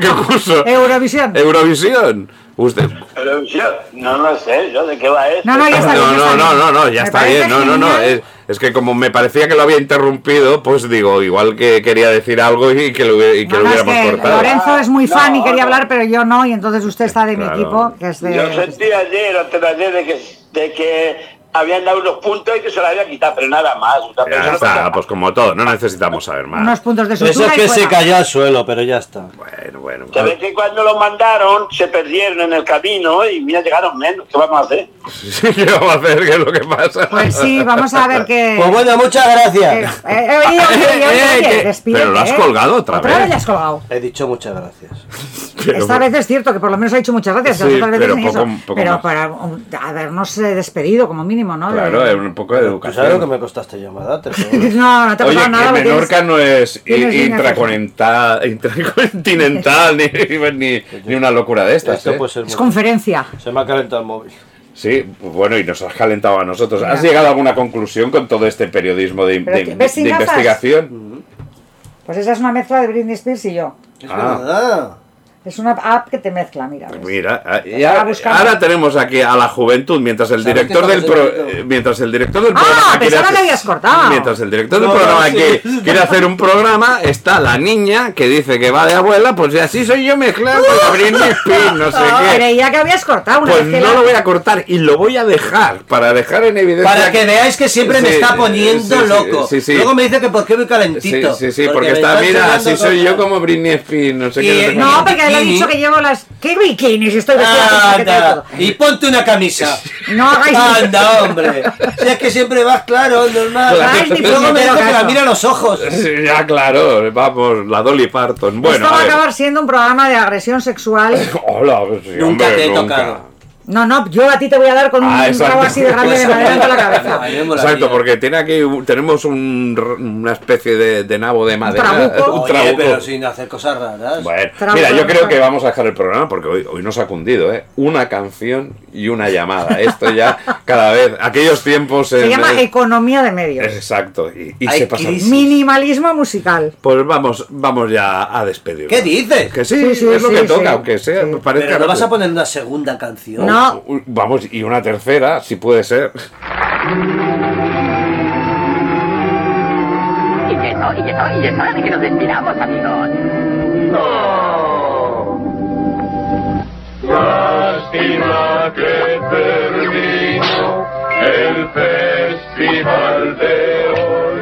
Speaker 2: ¿qué concurso?
Speaker 3: Eurovisión.
Speaker 2: Eurovisión. Usted.
Speaker 8: Pero yo no lo sé, yo de qué va esto.
Speaker 3: No, no, Ah, ya está bien,
Speaker 2: No,
Speaker 3: ya
Speaker 2: no,
Speaker 3: está bien.
Speaker 2: no, no, no, ya
Speaker 3: Me
Speaker 2: está
Speaker 3: parece
Speaker 2: bien. No, no, no.
Speaker 3: genial.
Speaker 2: Es, es que como me parecía que lo había interrumpido, pues digo, igual que quería decir algo y que lo, hubie- y que
Speaker 3: No,
Speaker 2: lo
Speaker 3: no, es
Speaker 2: hubiéramos
Speaker 3: que
Speaker 2: cortado.
Speaker 3: Lorenzo es muy
Speaker 8: No,
Speaker 3: fan y quería
Speaker 8: no.
Speaker 3: hablar, pero yo no, y entonces usted está de mi
Speaker 2: Claro.
Speaker 3: equipo, que es
Speaker 8: Yo
Speaker 3: de...
Speaker 8: sentí ayer, antes de ayer, de que, de que habían dado unos puntos y que se la había quitado, pero nada más. o sea, pero eso
Speaker 2: Ya
Speaker 8: no pasa
Speaker 2: está,
Speaker 8: nada.
Speaker 2: pues como todo, no necesitamos saber
Speaker 3: Unos
Speaker 2: más.
Speaker 3: puntos de
Speaker 4: Eso
Speaker 3: sutura
Speaker 4: es que
Speaker 3: y
Speaker 4: se
Speaker 3: fuera.
Speaker 4: cayó al suelo, pero ya está.
Speaker 2: Bueno, bueno. pues,
Speaker 8: De vez en cuando los mandaron, se perdieron en el camino y mira, llegaron menos. ¿Qué vamos a hacer?
Speaker 2: *laughs* Sí, ¿Qué vamos a hacer? ¿Qué es lo que pasa?
Speaker 3: Pues sí, vamos a ver qué.
Speaker 4: Pues bueno, muchas
Speaker 3: Eh, eh,
Speaker 4: gracias.
Speaker 3: eh, oye, oye, oye,
Speaker 2: Eh,
Speaker 3: oye,
Speaker 2: que-
Speaker 3: despídete,
Speaker 2: pero lo has
Speaker 3: eh.
Speaker 2: colgado otra
Speaker 3: Otra
Speaker 2: vez.
Speaker 3: vez lo has colgado.
Speaker 4: He dicho muchas gracias.
Speaker 2: *laughs* Pero-
Speaker 3: Esta vez es cierto que por lo menos ha dicho muchas gracias. las
Speaker 2: Sí,
Speaker 3: otras veces
Speaker 2: pero
Speaker 3: ni
Speaker 2: poco-
Speaker 3: eso.
Speaker 2: poco
Speaker 3: Pero
Speaker 2: más.
Speaker 3: para um, habernos eh, despedido como mínimo, ¿no?
Speaker 2: Claro, eh,
Speaker 3: De-
Speaker 2: es un poco de
Speaker 4: ¿Tú sabes lo que
Speaker 2: educación.
Speaker 4: me costaste llamada? Te lo juro.
Speaker 3: *laughs* No, no te ha
Speaker 2: Oye,
Speaker 3: pasado nada.
Speaker 2: que
Speaker 3: porque
Speaker 2: Menorca no es i-
Speaker 3: tienes líneas
Speaker 2: intracontinental, intracontinental ni, *laughs* ni, ni una locura de estas.
Speaker 4: Esto pues-
Speaker 2: ¿eh?
Speaker 4: puede ser
Speaker 3: es,
Speaker 4: muy-
Speaker 3: es conferencia.
Speaker 4: Se me ha calentado el móvil.
Speaker 2: Sí, bueno, y nos has calentado a nosotros. ¿Has
Speaker 3: Ya.
Speaker 2: llegado a alguna conclusión con todo este periodismo de,
Speaker 3: Pero
Speaker 2: de-
Speaker 3: que- ¿ves
Speaker 2: de
Speaker 3: sin gafas?
Speaker 2: investigación?
Speaker 3: Pues esa es una mezcla de Britney Spears y yo.
Speaker 4: Es
Speaker 2: Ah.
Speaker 4: verdad.
Speaker 3: Es una app que te mezcla, mira. ¿ves?
Speaker 2: Mira, ah, y
Speaker 3: Estaba
Speaker 2: ahora-
Speaker 3: buscando.
Speaker 2: ahora tenemos aquí a la juventud mientras el
Speaker 4: ¿Sabes
Speaker 2: director
Speaker 4: qué
Speaker 2: del
Speaker 4: pasa,
Speaker 2: pro-
Speaker 4: Benito?
Speaker 2: eh, mientras el director del
Speaker 3: Ah,
Speaker 2: programa
Speaker 3: pensaba
Speaker 2: hacer-
Speaker 3: que habías cortado.
Speaker 2: mientras el director del
Speaker 4: No, no,
Speaker 2: programa
Speaker 4: sí.
Speaker 2: que- quiere hacer un programa está la niña que dice que va de abuela, pues y así soy yo pues, mezclado con
Speaker 3: Uh.
Speaker 2: la Britney Spears, no sé qué.
Speaker 3: Creía que habías cortado una
Speaker 2: Pues
Speaker 3: vez que
Speaker 2: no
Speaker 3: la-
Speaker 2: lo voy a cortar y lo voy a dejar para dejar en evidencia.
Speaker 4: Para que veáis que siempre me
Speaker 2: Sí,
Speaker 4: está poniendo
Speaker 2: sí, sí,
Speaker 4: loco.
Speaker 2: sí, sí.
Speaker 4: Luego me dice que por qué voy
Speaker 2: Sí,
Speaker 4: calentito.
Speaker 2: sí, sí, porque,
Speaker 4: me
Speaker 2: está,
Speaker 4: están
Speaker 2: mira,
Speaker 4: enseñando
Speaker 2: así soy
Speaker 4: cosas.
Speaker 2: yo como Britney Spears, no sé
Speaker 4: Y-
Speaker 2: qué. sé
Speaker 3: No,
Speaker 2: cuánto.
Speaker 3: porque él ha dicho que llevo las. ¿Qué bikinis? Estoy vestida con chaqueta y
Speaker 4: Anda,
Speaker 3: *laughs* todo.
Speaker 4: y ponte una
Speaker 2: *laughs*
Speaker 4: camisa.
Speaker 3: No hagáis.
Speaker 4: Anda, hombre. Si es que siempre vas claro, normal.
Speaker 2: Claro.
Speaker 4: Y Luego me dice que la mira a los ojos.
Speaker 2: *laughs* Sí, ya, claro, vamos, la Dolly Parton. Bueno,
Speaker 3: Esto va
Speaker 2: a
Speaker 3: a
Speaker 2: ver.
Speaker 3: acabar siendo un programa de agresión sexual.
Speaker 2: Hola, pues sí,
Speaker 4: Nunca
Speaker 2: hombre,
Speaker 4: te he
Speaker 2: nunca.
Speaker 4: tocado.
Speaker 3: No, no, yo a ti te voy a dar con un
Speaker 2: Ah,
Speaker 3: un
Speaker 2: exacto.
Speaker 3: clavo así de grande de madera en la
Speaker 4: *laughs*
Speaker 3: cabeza.
Speaker 4: Ahí me molaría.
Speaker 2: Exacto, porque tiene aquí, un- tenemos un r- una especie de, de nabo de madera.
Speaker 3: trabuco.
Speaker 2: un
Speaker 4: Oye,
Speaker 2: trabuco.
Speaker 4: pero sin hacer cosas raras.
Speaker 2: Bueno,
Speaker 3: Trabuco
Speaker 2: mira, yo
Speaker 3: de
Speaker 2: creo
Speaker 3: madera.
Speaker 2: que vamos a dejar el programa porque hoy, hoy nos ha cundido, ¿eh? Una canción y una llamada. Esto ya
Speaker 3: *laughs*
Speaker 2: cada vez, aquellos tiempos...
Speaker 3: Se
Speaker 2: en-
Speaker 3: llama
Speaker 2: eh,
Speaker 3: economía de medios.
Speaker 2: Exacto, y, y
Speaker 4: Hay
Speaker 2: se pasa...
Speaker 4: crisis.
Speaker 3: Minimalismo musical.
Speaker 2: Pues vamos, vamos ya a despedirnos.
Speaker 4: ¿Qué dices?
Speaker 2: Que sí,
Speaker 3: Sí, sí,
Speaker 2: es lo
Speaker 3: sí,
Speaker 2: que
Speaker 3: sí.
Speaker 2: toca, aunque sea,
Speaker 3: Sí.
Speaker 2: parezca...
Speaker 4: Pero no vas
Speaker 2: raro.
Speaker 4: a poner una segunda canción.
Speaker 3: No.
Speaker 2: U- Vamos, y una tercera, si puede ser.
Speaker 5: Y eso, y eso, y es hora de que nos despidamos, amigos.
Speaker 1: Lástima que terminó el festival de hoy.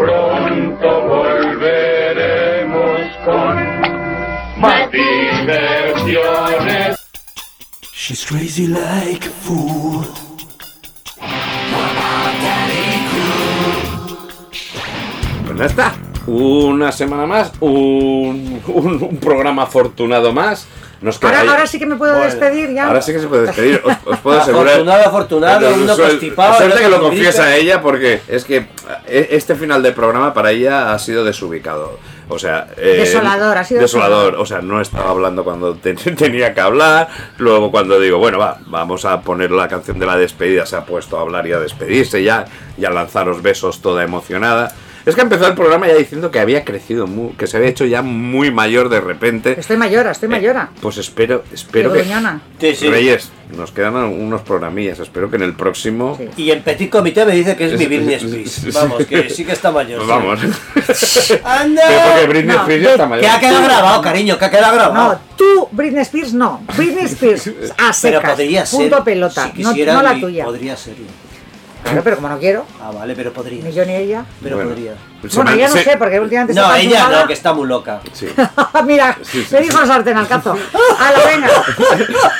Speaker 1: Pronto volveremos con más diversiones.
Speaker 9: She's crazy like a fool.
Speaker 2: Pues ya está. Una semana más, un, un- un programa afortunado más. Nos queda
Speaker 3: Ahora,
Speaker 2: ahí-
Speaker 3: ahora sí que me puedo
Speaker 4: Bueno,
Speaker 3: despedir ya.
Speaker 2: Ahora sí que se puede despedir. Os, os puedo asegurar.
Speaker 4: Afortunado, afortunado,
Speaker 2: Pero
Speaker 4: uno
Speaker 2: suel-
Speaker 4: constipado,
Speaker 2: Suerte
Speaker 4: otro
Speaker 2: que lo
Speaker 4: con
Speaker 2: confiesa
Speaker 4: gripe.
Speaker 2: ella porque es que eh, este final del programa para ella ha sido desubicado. O sea, eh,
Speaker 3: Desolador, ha sido
Speaker 2: desolador.
Speaker 3: desolador.
Speaker 2: O sea, no estaba hablando cuando te- *laughs* tenía que hablar. Luego, cuando digo, bueno, va, vamos a poner la canción de la despedida, se ha puesto a hablar y a despedirse ya y a lanzaros besos toda emocionada. Es que empezó el programa ya diciendo que había crecido, mu- que se había hecho ya muy mayor de repente.
Speaker 3: Estoy mayora, estoy mayora.
Speaker 2: Pues espero, espero que.
Speaker 3: Gruñona.
Speaker 4: Sí, sí.
Speaker 2: Reyes, nos quedan unos programillas. Espero que en el próximo.
Speaker 3: Sí.
Speaker 4: Y en Petit Comité me dice que es mi Britney Spears. Vamos, que sí que está mayor.
Speaker 2: Pues
Speaker 4: sí.
Speaker 2: vamos. *laughs* Pero porque
Speaker 4: ¡Anda!
Speaker 2: Britney
Speaker 3: No.
Speaker 2: Spears ya está mayor.
Speaker 4: Que ha quedado grabado, cariño, que ha quedado
Speaker 3: No,
Speaker 4: grabado.
Speaker 3: tú, Britney Spears, no.
Speaker 4: *laughs*
Speaker 3: Britney Spears, a
Speaker 4: Ah. Pero
Speaker 3: secas.
Speaker 4: podría ser.
Speaker 3: punto pelota.
Speaker 4: Si
Speaker 3: no,
Speaker 4: quisiera,
Speaker 3: no la
Speaker 4: y-
Speaker 3: tuya.
Speaker 4: Podría serlo.
Speaker 3: Claro, pero como no quiero,
Speaker 4: Ah, vale, pero podría.
Speaker 3: ni yo ni ella.
Speaker 4: Pero
Speaker 2: Bueno.
Speaker 4: podría.
Speaker 2: Se
Speaker 3: bueno,
Speaker 2: me-
Speaker 3: ella no
Speaker 2: se-
Speaker 3: sé, porque últimamente está
Speaker 4: No,
Speaker 3: tan
Speaker 4: ella
Speaker 3: tumbada.
Speaker 4: no, que está muy loca.
Speaker 2: sí.
Speaker 3: *laughs* Mira, le dijo el sartén al
Speaker 4: *laughs*
Speaker 3: cazo. A la venga.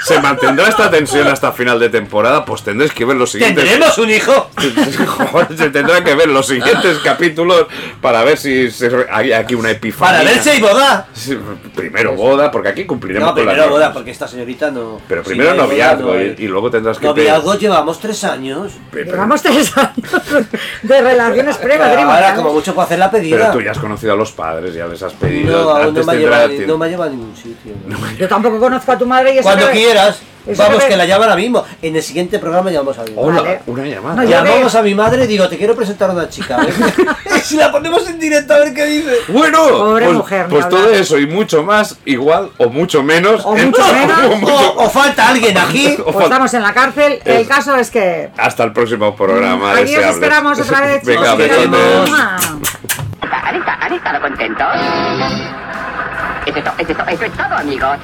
Speaker 2: Se mantendrá esta tensión hasta final de temporada. Pues tendréis que ver los siguientes.
Speaker 4: ¿Tendremos un hijo?
Speaker 2: *laughs* Joder, se tendrá que ver los
Speaker 4: *laughs*
Speaker 2: siguientes capítulos para ver si se re- hay aquí una epifanía.
Speaker 4: Para verse y boda.
Speaker 2: Sí, Primero boda, porque aquí cumpliremos
Speaker 4: No,
Speaker 2: con las
Speaker 4: primero boda,
Speaker 2: normas.
Speaker 4: porque esta señorita no.
Speaker 2: Pero primero
Speaker 4: no hay boda,
Speaker 2: noviazgo
Speaker 4: no
Speaker 2: y,
Speaker 4: hay-
Speaker 2: y luego tendrás que.
Speaker 4: Noviazgo llevamos tres años.
Speaker 2: Pero-
Speaker 3: Llevamos tres años *laughs* de relaciones
Speaker 4: Ahora,
Speaker 3: prematrimoniales.
Speaker 4: como mucho puedo hacer la
Speaker 2: Pero
Speaker 4: pedida.
Speaker 2: tú ya has conocido a los padres, ya les has
Speaker 4: No,
Speaker 2: pedido.
Speaker 4: aún no
Speaker 2: antes
Speaker 4: me, ha
Speaker 2: tendrá
Speaker 4: llevado,
Speaker 2: tiempo.
Speaker 4: no me ha llevado a ningún sitio. ¿no?
Speaker 3: Yo tampoco conozco a tu madre y eso
Speaker 4: Cuando
Speaker 3: que-
Speaker 4: quieras.
Speaker 3: eso
Speaker 4: Vamos,
Speaker 3: que-
Speaker 4: que la llamo ahora mismo. En el siguiente programa llamamos a mi madre.
Speaker 2: Hola,
Speaker 3: Vale.
Speaker 2: una llamada.
Speaker 3: No, yo
Speaker 4: Llamamos
Speaker 3: veo-
Speaker 4: a mi madre y digo, te quiero presentar a una
Speaker 2: *laughs*
Speaker 4: chica. a ver *laughs* qué- si la ponemos en directo, a ver qué dice.
Speaker 2: Bueno,
Speaker 3: Pobre
Speaker 2: pues,
Speaker 3: mujer,
Speaker 2: pues
Speaker 3: no
Speaker 2: todo
Speaker 3: hablar.
Speaker 2: eso y mucho más, igual o mucho menos.
Speaker 3: O mucho menos.
Speaker 2: *laughs* o mucho-
Speaker 4: O, o falta alguien aquí.
Speaker 2: *laughs* o
Speaker 3: Pues
Speaker 2: fal-
Speaker 3: estamos en la cárcel. El
Speaker 2: Eso.
Speaker 3: caso es que.
Speaker 2: Hasta el próximo programa.
Speaker 3: Aquí os
Speaker 2: deseables.
Speaker 3: esperamos otra
Speaker 4: *laughs*
Speaker 3: vez,
Speaker 2: *laughs* Venga,
Speaker 4: Os
Speaker 2: besotes.
Speaker 4: queremos.
Speaker 3: ¡Mua!
Speaker 5: ¿Han, esta- han estado contentos? Es esto, es esto, eso es todo, amigos.